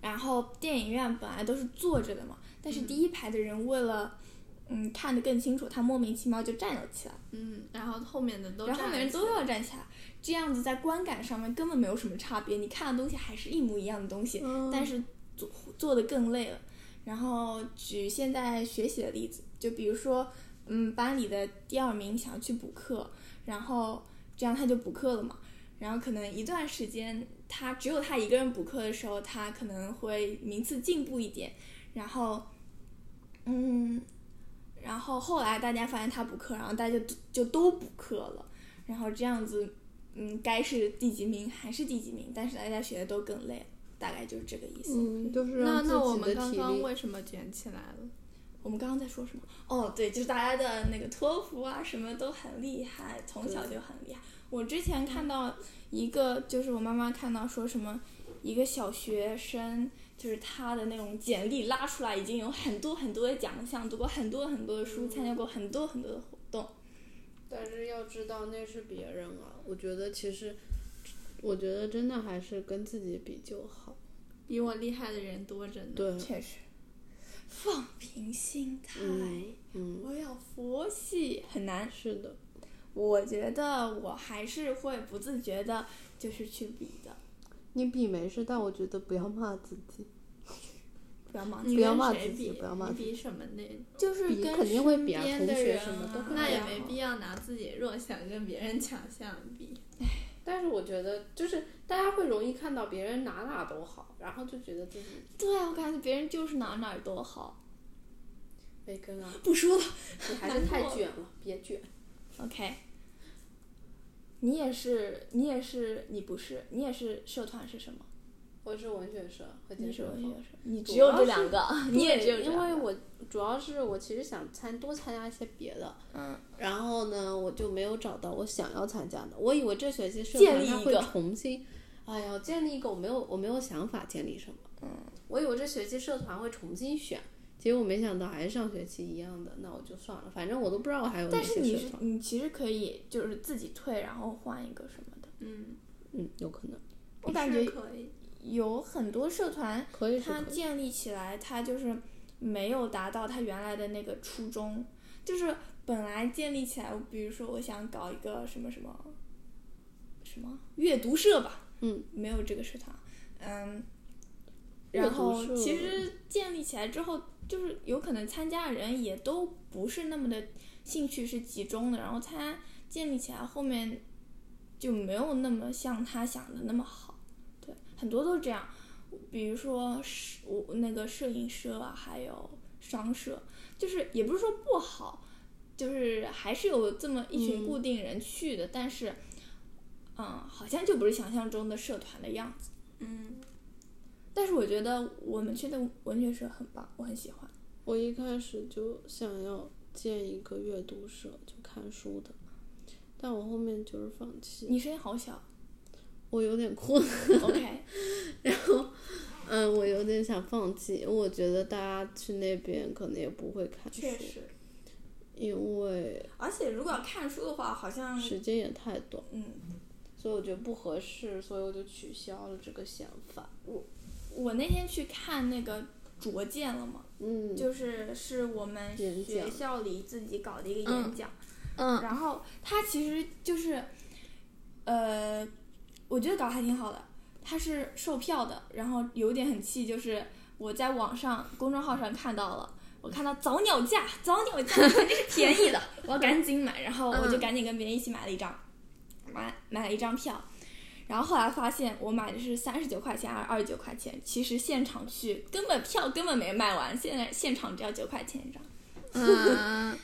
然后电影院本来都是坐着的嘛，但
嗯
是第一排的人为了，嗯，看得更清楚，他莫名其妙就站了起来，
嗯，然后后面的都
然后每
站
个人
起
都
来
要站起来，这样子在观感上面根本没有什么差别，你看的东西还是一模一样的东西，
嗯
但是做做的更累了。然后举现在学习的例子，就比如说，嗯，班里的第二名想要去补课，然后这样他就补课了嘛。然后可能一段时间，他只有他一个人补课的时候，他可能会名次进步一点。然后，嗯，然后后来大家发现他补课，然后大家就就都补课了。然后这样子，嗯，该是第几名还是第几名，但是大家学的都更累了，大概就是这个意思。
嗯，就是
那
让
那我
自己
们
的
刚
体
刚
力。
为什么卷起来了？
我们刚刚在说什么？哦，对，就是大家的那个托福啊，什么都很厉害，从小就很厉害。我之前看到一个，就是我妈妈看到说什么，一个小学生，就是他的那种简历拉出来，已经有很多很多的奖项，读过很多很多的书，参加过很多很多的活动。
但是要知道那是别人啊，我觉得其实，我觉得真的还是跟自己比就好。
比我厉害的人多着呢。
对，
确实，放平心态，
嗯嗯，
我要佛系，很难。
是的，
我觉得我还是会不自觉的，就是去比的，
你比没事，但我觉得不要骂自己。
不要忙。
你
啊不要
跟
骂
谁
自己
比
不要骂
你
自
比什么那？
就是
比
跟
肯定会比啊
身边的
同学
人
什么都
啊
会
那也
然
没
后
必要拿自己弱项跟别人强项比。
但是我觉得，就是大家会容易看到别人哪哪都好，然后就觉得自己
对啊，我感觉别人就是哪哪儿都好。
没跟啊，
不说了
你还是太卷了，别卷。
，OK。你也是，你也是，你不是，你也是社团是什么？
我是文学社和
你是
健身
文
房
学，社，你
主
只有
要
这
是
两 个，你也
对
只有这
因
两
为
个
我主要是我其实想参多参加一些别的，
嗯，
然后呢，我就没有找到我想要参加的。我以为这学期社
建
团
立
它
一
会
个
重新，哎呀，建立一个我没有我没有想法建立什么。嗯，我以为这学期社团会重新选，结果没想到还是上学期一样的，那我就算了，反正我都不知道我还有哪
但是
些
你
社
是
团。
你其实可以就是自己退，然后换一个什么的。
嗯，
嗯，有可能
我感觉
是可以，
有很多社团，
可以是
它
可以，
建立起来，它就是没有达到它原来的那个初衷，就是本来建立起来，比如说我想搞一个什么什么什么阅读社吧，
嗯，
没有这个社团，嗯，
阅
然
读
后
社
其实建立起来之后，就是有可能参加的人也都不是那么的兴趣是集中的，然后它建立起来后面就没有那么像他想的那么好，对，很多都这样。比如说是我那个摄影社啊，还有商社，就是也不是说不好，就是还是有这么一群
嗯
固定人去的，但是，嗯，好像就不是想象中的社团的样子。
嗯，
但是我觉得我们去的文学社很棒，我很喜欢。
我一开始就想要建一个阅读社，就看书的，但我后面就是放弃，
你声音好 小
我有点困。
，OK，
然后，嗯，我有点想放弃，我觉得大家去那边可能也不会看书，
确实，
因为
而且如果要看书的话，好像
时间也太短，
嗯，
所以我觉得不合适，所以我就取消了这个想法。
我那天去看那个拙见了嘛，
嗯，
就是是我们
演
学
讲
校里自己搞的一个演
嗯
讲。
嗯
然后他其实就是，呃，我觉得搞得还挺好的。他是售票的，然后有点很气，就是我在网上公众号上看到了，我看到早鸟价，早鸟价肯定是便宜的，我要赶紧买，然后我就
嗯
赶紧跟别人一起买了一张，买买了一张票。然后后来发现我买的是三十九块钱还是二十九块钱，其实现场去根本票根本没卖完，现在现场只要九块钱一张。
嗯，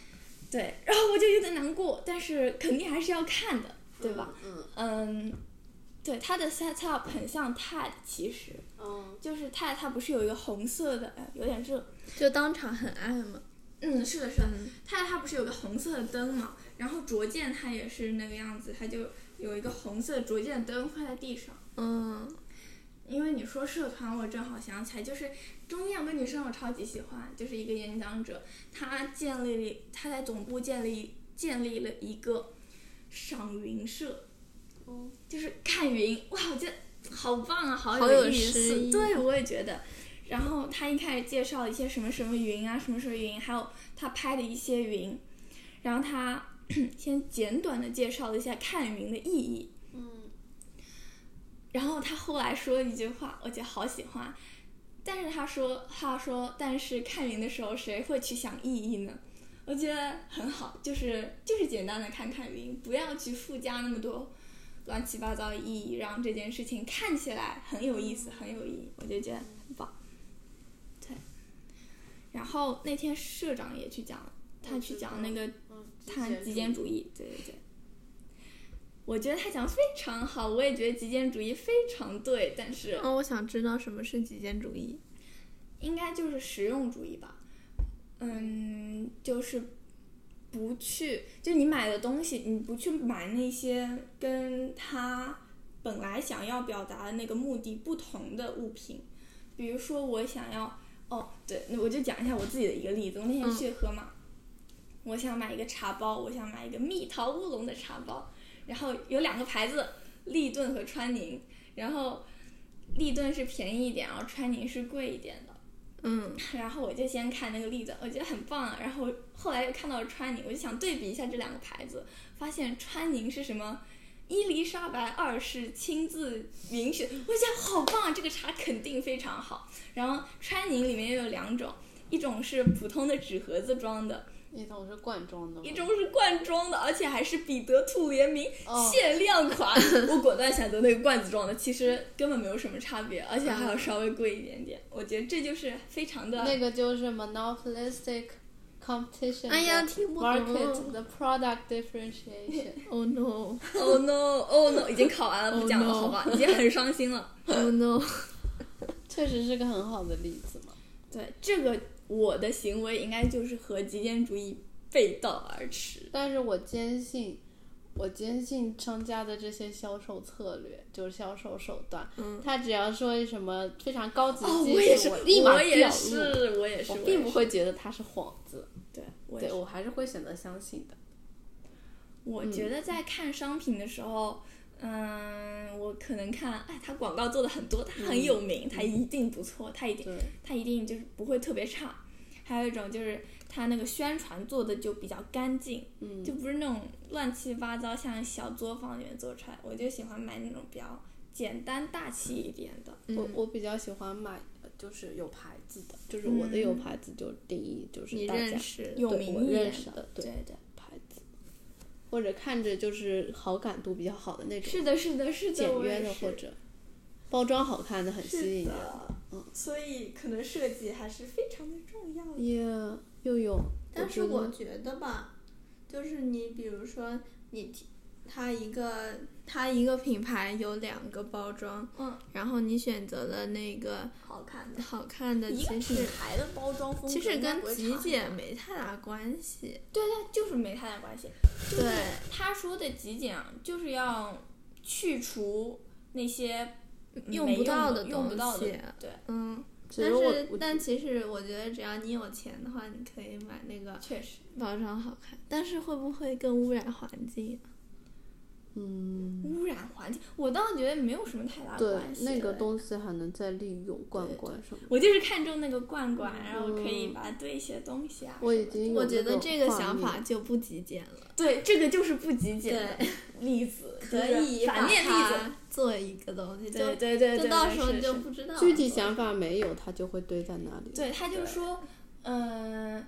对，然后我就有点难过，但是肯定还是要看的，对吧？？
嗯
嗯，对，它的 set up 很像 TED，其实
嗯，
就是 TED 它不是有一个红色的，哎，有点热。
就当场很暗嘛，
嗯，是的，是的。它它不是有个红色的灯嘛？然后卓见它也是那个样子，它就有一个红色卓见的灯放在地上。
嗯
因为你说社团，我正好想起来，就是中间有个女生我超级喜欢，就是一个演讲者，她建立了，她在总部建立建立了一个赏云社，
哦，
就是看云，哇，我觉得好棒啊，好
好有
意
诗
思，
意
对我也觉得。然后她一开始介绍一些什么什么云啊，什么什么云，还有她拍的一些云，然后她 先简短的介绍了一下看云的意义，
嗯，
然后他后来说了一句话，我觉得好喜欢。但是他说，他说，但是看云的时候，谁会去想意义呢？我觉得很好，就是就是简单的看看云，不要去附加那么多乱七八糟的意义，让这件事情看起来很有意思，很有意义，我就觉得很棒。对。然后那天社长也去讲了，他去讲那个
嗯，
看极简主义，对对对。我觉得他讲得非常好，我也觉得极简主义非常对，但是
哦，我想知道什么是极简主义。
应该就是实用主义吧。嗯，就是不去，就你买的东西，你不去买那些跟他本来想要表达的那个目的不同的物品。比如说，我想要，哦，对，那我就讲一下我自己的一个例子。我那天
嗯
去河马，我想买一个茶包，我想买一个蜜桃乌龙的茶包，然后有两个牌子，立顿和川宁，然后立顿是便宜一点，然后川宁是贵一点的。
嗯
然后我就先看那个栗子，我觉得很棒啊。然后后来又看到了川宁，我就想对比一下这两个牌子，发现川宁是什么？伊丽莎白二世亲自允许，我觉得好棒啊！这个茶肯定非常好。然后川宁里面又有两种，一种是普通的纸盒子装的，
一种是罐装的吗，
一种是罐装的，而且还是彼得兔联名
哦
限量款。 我果断选择那个罐子装的，其实根本没有什么差别，而且还要稍微贵一点点。我觉得这就是非常的
那个就是 monopolistic competition。
哎呀听不懂
Market the product differentiation。
，Oh no，Oh
Oh no, oh no，已经考完了，不讲了
Oh
好
no
吧？已经很伤心了。
no，
确实是个很好的例子嘛。
对，这个我的行为应该就是和极简主义背道而驰。
但是我坚信，我坚信商家的这些销售策略，就是销售手段。
嗯
他只要说什么非常高级
哦，
技
我也
术，
是，
立马
我也
掉
是
入。，
我也是，
我
我
并
也
不
是，
会觉得它是幌子，
对，我也
对
是。嗯
我还是会选择相信的。
我觉得在看商品的时候，嗯，我可能看，哎，它广告做的很多，它很有名，它一定不错，它一定
对，
它一定就是不会特别差。还有一种就是它那个宣传做的就比较干净，
嗯，
就不是那种乱七八糟，像小作坊里面做出来。我就喜欢买那种比较简单大气一点的。
我
嗯
我比较喜欢买，呃就是有牌子的，就是我的有
嗯
牌子就定义就是
你
大家
认识
有
对
名
我
一
认
点
识
的
的，对
对对
牌子，或者看着就是好感度比较好的那种，
是的，是的，是的，
简
我
约
也
的
是
或者包装好看的，很
是
吸引人
的所以可能设计还是非常的重要的。
也又有，
但是
觉
我
得
觉得吧，就是你比如说你提，它一个它一个品牌有两个包装，
嗯，
然后你选择了那个
好看的。
好看的，
一个
其
品
实
牌的包装风格
其实
应该
跟
不会
极
差
简没太大关系。
对对，就是没太大关系。就是
对，
他说的极简啊就是要去除那些
用
没
不到
的
的
用不
东
到的
西
对，
嗯，
其
但
实我
是
我
但其实我觉得只要你有钱的话，你可以买那个
确实。
包装好看，但是会不会更污染环境？啊
嗯，
污染环境，我倒觉得没有什么太大
对
关系。
那个东西还能再利用罐罐什么的。
我就是看中那个罐罐，然后可以把它堆一些东西啊。
我
什
已
么
经有
我觉
那
得
种
这个
画
想
面
法就不极简了。
对这个就是不极简的 例子，
可
就是
以
反
把
面例子。
它做一个东西，
对
就
对对
就
对，
到
对
时候
是
你就是不知道
具体
了
想法没有，它就会堆在那里。
对，他就说，嗯、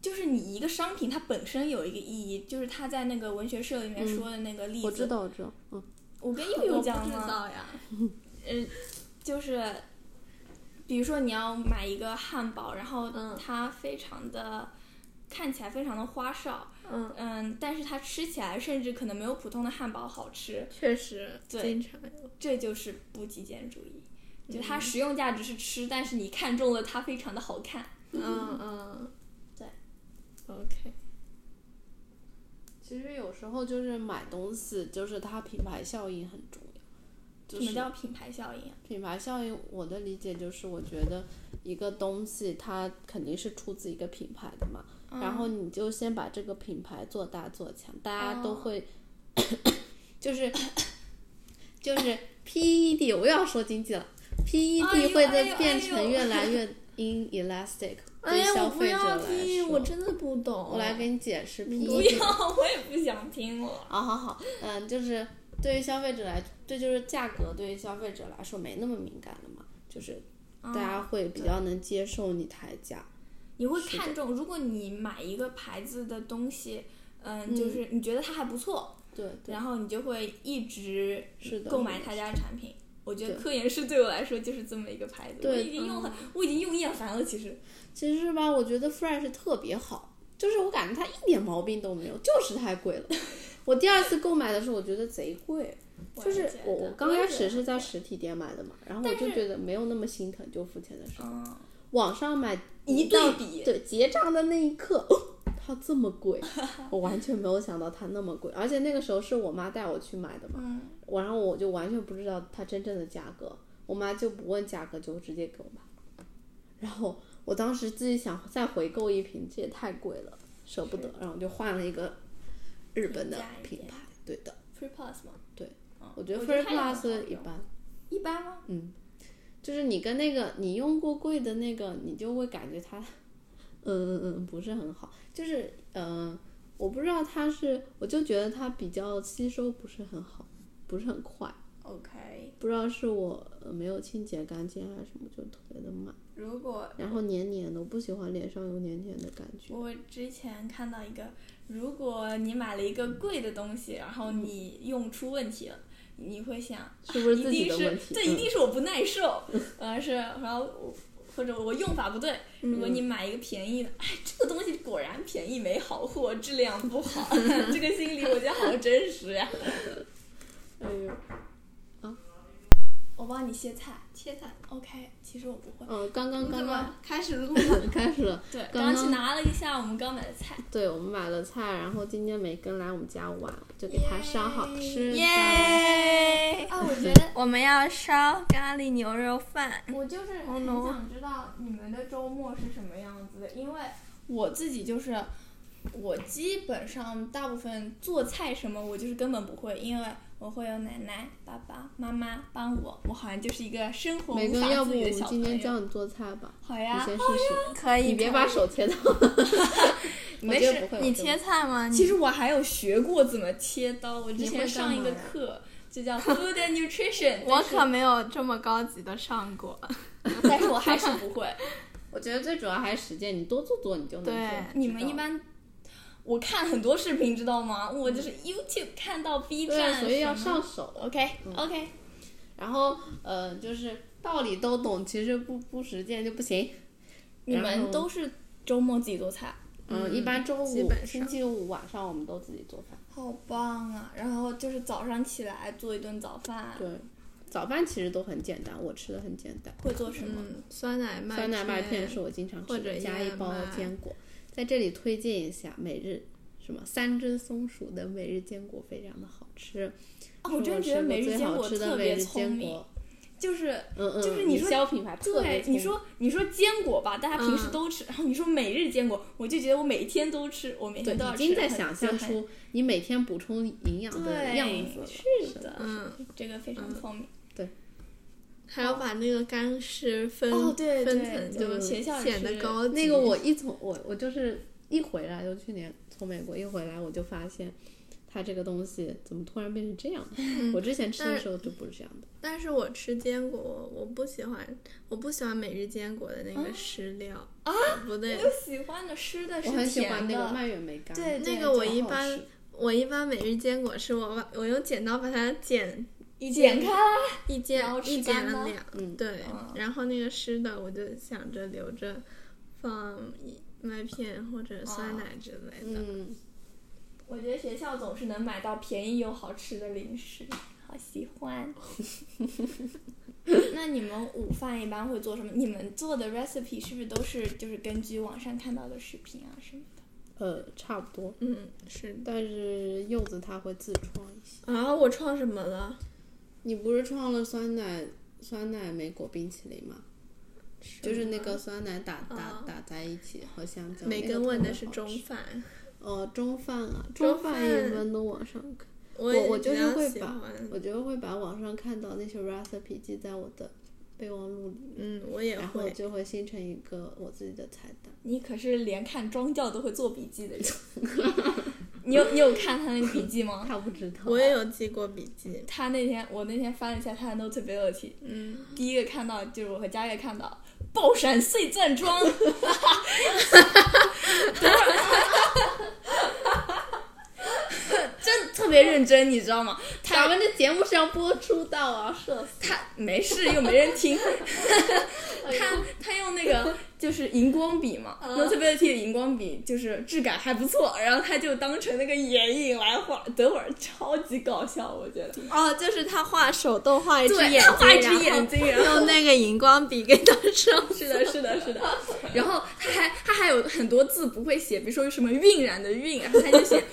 就是你一个商品，它本身有一个意义，就是他在那个文学社里面
嗯
说的那个例子。
我知，道，我知道，嗯，
我 跟
我
悠悠
不
讲
知
了，
道呀，
就是比如说你要买一个汉堡，然后
嗯
它非常的、看起来非常的花哨，
嗯，
嗯，但是它吃起来甚至可能没有普通的汉堡好吃，
确实，
对
经常 有，
这就是不极简主义。就它实用价值是吃，但是你看中了它非常的好看。
嗯嗯，
对
，OK，
其实有时候就是买东西，就是它品牌效应很重要。就
什么
是
叫品牌效应啊？
品牌效应，我的理解就是，我觉得一个东西它肯定是出自一个品牌的嘛，
嗯
然后你就先把这个品牌做大做强，大家都
哦
会，就是就是 PED，我又要说经济了
哎
，PED
呦
会
哎
再
呦
变
哎
成
呦
越来越 inelastic，
哎
对
呀，
消
我不
费者
要
来
听，我
说。
真的不懂，
我来给你解释
不
PED
要， 我也不想听了。
啊，好好，嗯，就是对于消费者来，这就是价格对于消费者来说没那么敏感了嘛，就是大
哦
家会比较能接受你抬价。
嗯你会
啊是的
看中，如果你买一个牌子的东西，嗯，
嗯
就是你觉得它还不错，
对对，
然后你就会一直
是的，
购买他家的产品。我觉得
对
科研室对我来说就是这么一个牌子，我
对嗯
已经用了，我已经用厌烦了。其实，
其实吧，我觉得 Fresh 特别好，就是我感觉它一点毛病都没有，就是太 贵了。我第二次购买的时候，我觉得贼贵，
我
就
也
是
觉得
我我刚开始是在
我也觉得
实体店买的嘛，然后我就觉得没有那么心疼就付钱的事，
嗯，
网上买
一
到
对比，
对，结账的那一刻，哦它这么贵， 我完全没有想到它那么贵，而且那个时候是我妈带我去买的嘛，
嗯，
我然后我就完全不知道它真正的价格，我妈就不问价格就直接给我买，然后我当时自己想再回购一瓶，这也太贵了，舍不得，然后就换了一个日本的
平价一
品
点
牌，对的，
Free Plus 嘛，
对
嗯，
我觉得
它也
First
很好
Class 一
用
般，
一般吗？
嗯，就是你跟那个你用过贵的那个，你就会感觉它，嗯嗯嗯，不是很好。就是嗯、呃我不知道它是，我就觉得它比较吸收不是很好，不是很快。
OK，
不知道是我呃没有清洁干净还是什么，就特别的慢。
如果
然后黏黏的，我不喜欢脸上有黏黏的感觉。
我之前看到一个，如果你买了一个贵的东西，然后
嗯
你用出问题了，你会想，
是不是自己
一定
的
是
问题？嗯
这一定是我不耐受，呃是，然后我或者我用法不对。如
嗯
果你买一个便宜的，哎，这个东西果然便宜没好货，质量不 好，这个心 理我觉得好真实呀、
嗯。哎呦，啊，我
帮你切菜。
切菜，
OK，其实我不会。
嗯，刚刚
你怎
刚刚
么开始 录了？
开始了，
对，
刚
刚
刚
去拿了一下我们刚买的菜。
对我们买了菜，然后今天梅根来我们家玩，就给她烧好吃 的。
耶！
啊，我觉得
哎我们要烧咖喱牛肉饭。
我就是
Oh
很想知道你们的周末是什么样子的，因为我自己就是，我基本上大部分做菜什么我就是根本不会，因为我会有奶奶、爸爸妈妈帮我，我好像就是一个生活
梅
无
根，
法
要不
自
我
理的
们
小
今天
朋
教
友。
你做菜吧，
好
你
呀，
先试试。
可以，
你别把手切到，
没
我觉得
事
不会
你切。菜吗？
其实我还有学过怎么切刀，我之
你
前
会
上一
干
个
嘛呀
课就叫 Food and Nutrition，
我
但是
可没有这么高级的上过。
但是我还是不 会。
我觉得最主要还是实践，你多做做你就能
对
做。
你们一般，我看很多视频，知道吗？我就是 YouTube 看到 B 站
嗯对，
什么，
所以要上手。
OK OK，
然后呃，就是道理都懂，其实不不实践就不行。
你
然
们
后
都是周末自己做菜，
嗯，一般周
基
五
本、上
星期五晚上我们都自己做饭。
好棒啊！然后就是早上起来做一顿早饭，
对，早饭其实都很简单，我吃的很简单，
会做什么？
嗯，酸奶麦
酸奶麦片是我经常吃
或者
的，加
燕
一包
麦
坚果。在这里推荐一下每日什么三只松鼠的每日坚果，非常的好吃。
啊，
是
我真的觉得
吃过
每日
最
坚
好
果
吃的
特
每
别
日
聪
坚
明
果，
就是。
嗯嗯，
就是你
你
说
消品牌特别
对，
聪
你
明嗯
说你说坚果吧，大家平时都吃，然后你说每日坚果，我就觉得我每天都吃，我每天
对，
哎都要
已
吃。
经在
很
想象
就很
出你每天补充营养的
对
样子了。
是的，
嗯，
这个非常聪明。
还要把那个干湿分
嗯
哦对
分
对对
层，就
学校也
显得
是
高级。
那个我一从我我就是一回来，就去年从美国一回来，我就发现它这个东西怎么突然变成这样的？
嗯
我之前吃的时候就不是这样的。
但是我吃坚果，我不喜欢，我不喜欢每日坚果的那个湿料啊，不对，
又喜欢的湿的是
我
甜的，
很喜欢那个蔓越莓干，
对
那
对
个我
对
一
好好
般
吃
我一般每日坚果是我把我用剪刀把它剪
一剪开了，
一
然后
剪
吃
一剪
干
了
吗
两，
嗯
对
嗯，
然后那个湿的我就想着留着放麦片或者酸奶之类的。
啊嗯，
我觉得学校总是能买到便宜又好吃的零食，好喜欢。 那你们午饭一般会做什么？你们做的 recipe 是不是都是就是根据网上看到的视频啊什么的？
呃，差不多。
嗯，是的。
但是柚子它会自创一些。
啊，我创什么了？
你不是创了酸奶酸奶莓果冰淇淋吗？就是那个酸奶打打
哦
打在一起和香蕉。
嗯梅
那个
根
特
问
别
的是
好
中
吃
饭，
哦，中饭啊，
中
中饭也
饭
能能往上看。
我
我
也
我
比
就是
较
会
喜
把
欢
我就会把网上看到那些 recipe 记在我的备忘录里面，
嗯，我也
然后
会。
就会形成一个我自己的菜单。
你可是连看庄教都会做笔记的人， 你有你有看他那个笔记吗？
他不知道
我也有记过笔记，
他那天我那天翻了一下他的 notability，
嗯，
第一个看到就是我和佳悦看到爆闪碎钻装， 真的特别认真，你知道吗？
咱
他
们这节目是要播出的，我要社死。
他没事又没人听，他他用那个就是荧光笔嘛、n o t a b i l i t y 的荧光笔就是质感还不错，然后他就当成那个眼影来画，等会儿超级搞笑，我觉得。
哦，就是他画手动画一只
对
眼睛，
他画一只
然后
眼睛然后
用那个荧光笔给它上。
是的，是的，是的。然后他还他还有很多字不会写，比如说什么晕染的晕，然后他就 写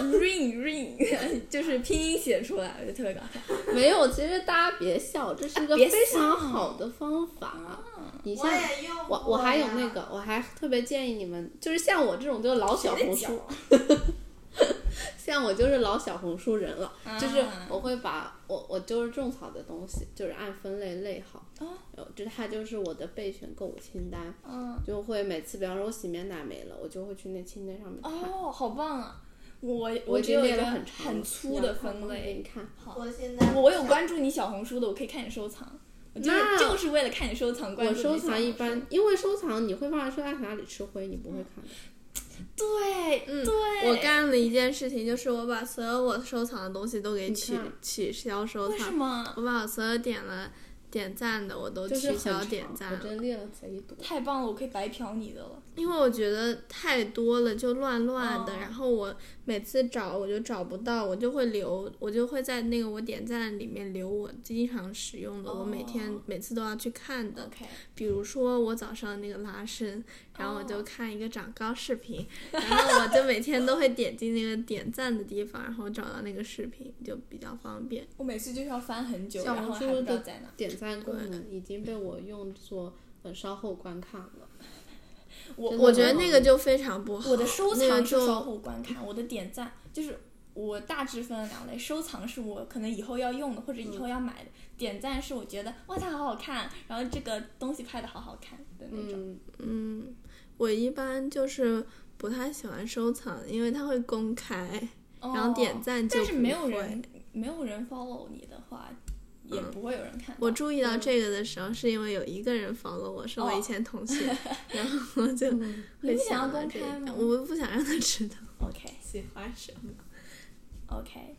ring ring，就是 拼音写出来，我就特别搞笑。
没有，其实大家别笑，这是一个
别
非
笑嗯
常好的方法。你像
用
我，我还有那个，我还特别建议你们，就是像我这种就是老小红书，像我就是老小红书人了，
嗯
就是我会把我我就是种草的东西，就是按分类类好，
哦
然后这它就是我的备选购物清单，
嗯，
就会每次比方说我洗面奶没了，我就会去那清单上面看，
哦，好棒啊！我
我已
只
经
有一
列
个
了很长
很粗的分
给
类
你，看。
好，
我现
我我有关注你小红书的，我可以看你收藏。我就是
那
就是为了看你收藏，关
我
注你
收
小
藏
红
一
书
般，因为收藏你会发现说在哪里吃灰，你不会看的。
对，
嗯
对，
我干了一件事情，就是我把所有我收藏的东西都给
你
取
看
取消收
为什
藏，
么？
我把我所有点了点赞的我都
就是
取
很
消
长
点赞
我
了。
真列了贼多。
太棒了，我可以白嫖你的了。
因为我觉得太多了，就乱乱的。
哦
然后我每次找我就找不到，我就会留，我就会在那个我点赞里面留我经常使用的，我每天
哦
每次都要去看
嗯
的。
OK，
比如说我早上那个拉伸，然后我
哦
就看一个长高视频，然后我就每天都会点进那个点赞的地方，然后找到那个视频就比较方便。
我每次就是要翻很久，
小
然后
红
还不
书
知道
的
在哪。
点赞功能已经被我用作呃稍后观看了。
我
真的
我
吗
觉得那个就非常不好。
我的收
那个
藏是
就
稍后观看，我的点赞就是我大致分了两类，收藏是我可能以后要用的或者
嗯
以后要买的，点赞是我觉得哇它好好看，然后这个东西拍的好好看的那种。
嗯，
嗯，我一般就是不太喜欢收藏，因为它会公开，
哦
然后点赞就
但是
不
没有
会嗯
人没有人 follow 你的话，也不会有人看到。
我注意到这个的时候，是因为有一个人 follow 我，是我以
嗯哦
前 同学，然后我就
嗯
你
会
不想要
到
公
这个
开吗
我不想让他知道
OK
喜欢什么。
OK，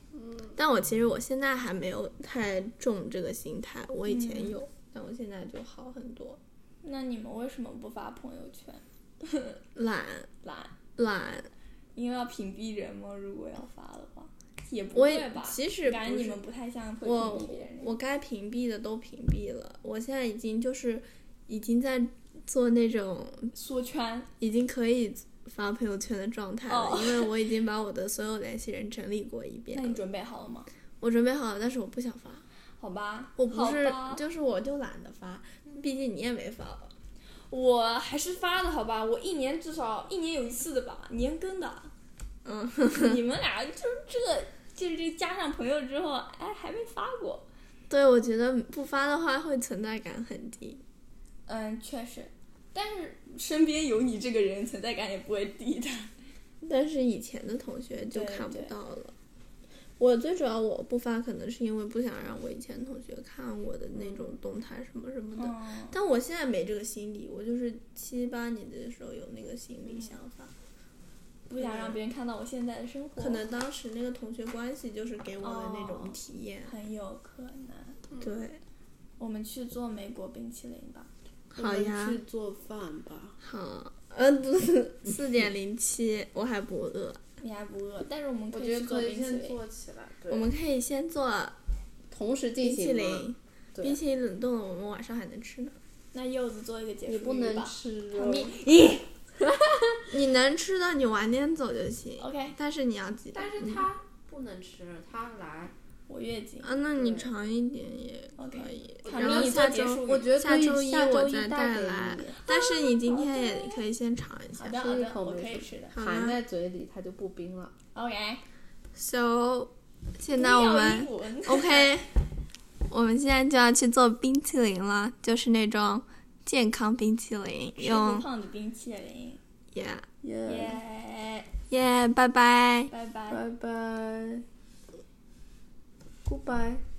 但我其实我现在还没有太重这个心态，我以前
嗯
有，但我现在就好很多。
那你们为什么不发朋友圈？
懒
懒，
懒，
因为要屏蔽人吗？如果要发的话，也不
我
会
也
吧？
其实
感觉
不
你
是
们不太像会
我
屏蔽别人。
我该屏蔽的都屏蔽了，我现在已经就是已经在做那种
缩圈，
已经可以发朋友圈的状态了，
哦
因为我已经把我的所有联系人整理过一
那
遍
你
了。
准备好了吗？
我准备好了，但是我不想发，
好吧，
我不是
好吧
就是我就懒得发，毕竟你也没发吧。
我还是发的好吧，我一年至少一年有一次的吧，年更的。
嗯，
你们俩就是这个，就是这个加上朋友之后，哎，还没发过。
对，我觉得不发的话会存在感很低。
嗯，确实，但是身边有你这个人，存在感也不会低的。
但是以前的同学就
对
看不
对
到了。我最主要我不发，可能是因为不想让我以前同学看我的那种动态什么什么的。
嗯，
但我现在没这个心理，我就是七八年级的时候有那个心理想法，
不想让别人看到我现在的生活，
可能当时那个同学关系就是给我的那
哦
种体验。
很有可能。
嗯
对，
我们去做美国冰淇淋吧。
我
好
们
呀
去做饭吧。
好，呃，不是四点零七，我还不饿。
你还不饿，但是我们
我
可
觉
以
得
去
可以
冰淇
先
淋。
做起来，对
我们可以先做
同时进
冰淇
行吗
淋，
对
冰淇淋冷冻了，我们晚上还能吃呢。
那柚子做一个结束
你不
语
能
吧
吃
好
肉，嗯
你
你能吃的，你晚点走就行。
OK，
但是你要记得，嗯
但是他不能吃，他来。
我月经。
啊，那你
对
长一点也
OK
可以。
长
然后
一点
下
结
周
束
我觉得
下
可以
周一
下
我
周一
再
带给
来
你，啊
但是你今天也可以先尝一
好
下。
的，好
吃一
的，
口
我
没
可
事
以吃的。
好
含
啦
在嘴里，它就不冰了。
OK，
，so 现在我们
不要英文
OK，我们现在就要去做冰淇淋了，就是那种健康冰淇淋，
吃不
用
胖的冰淇淋，
耶
耶，
耶，
耶，拜拜。
拜拜。
拜拜，Goodbye。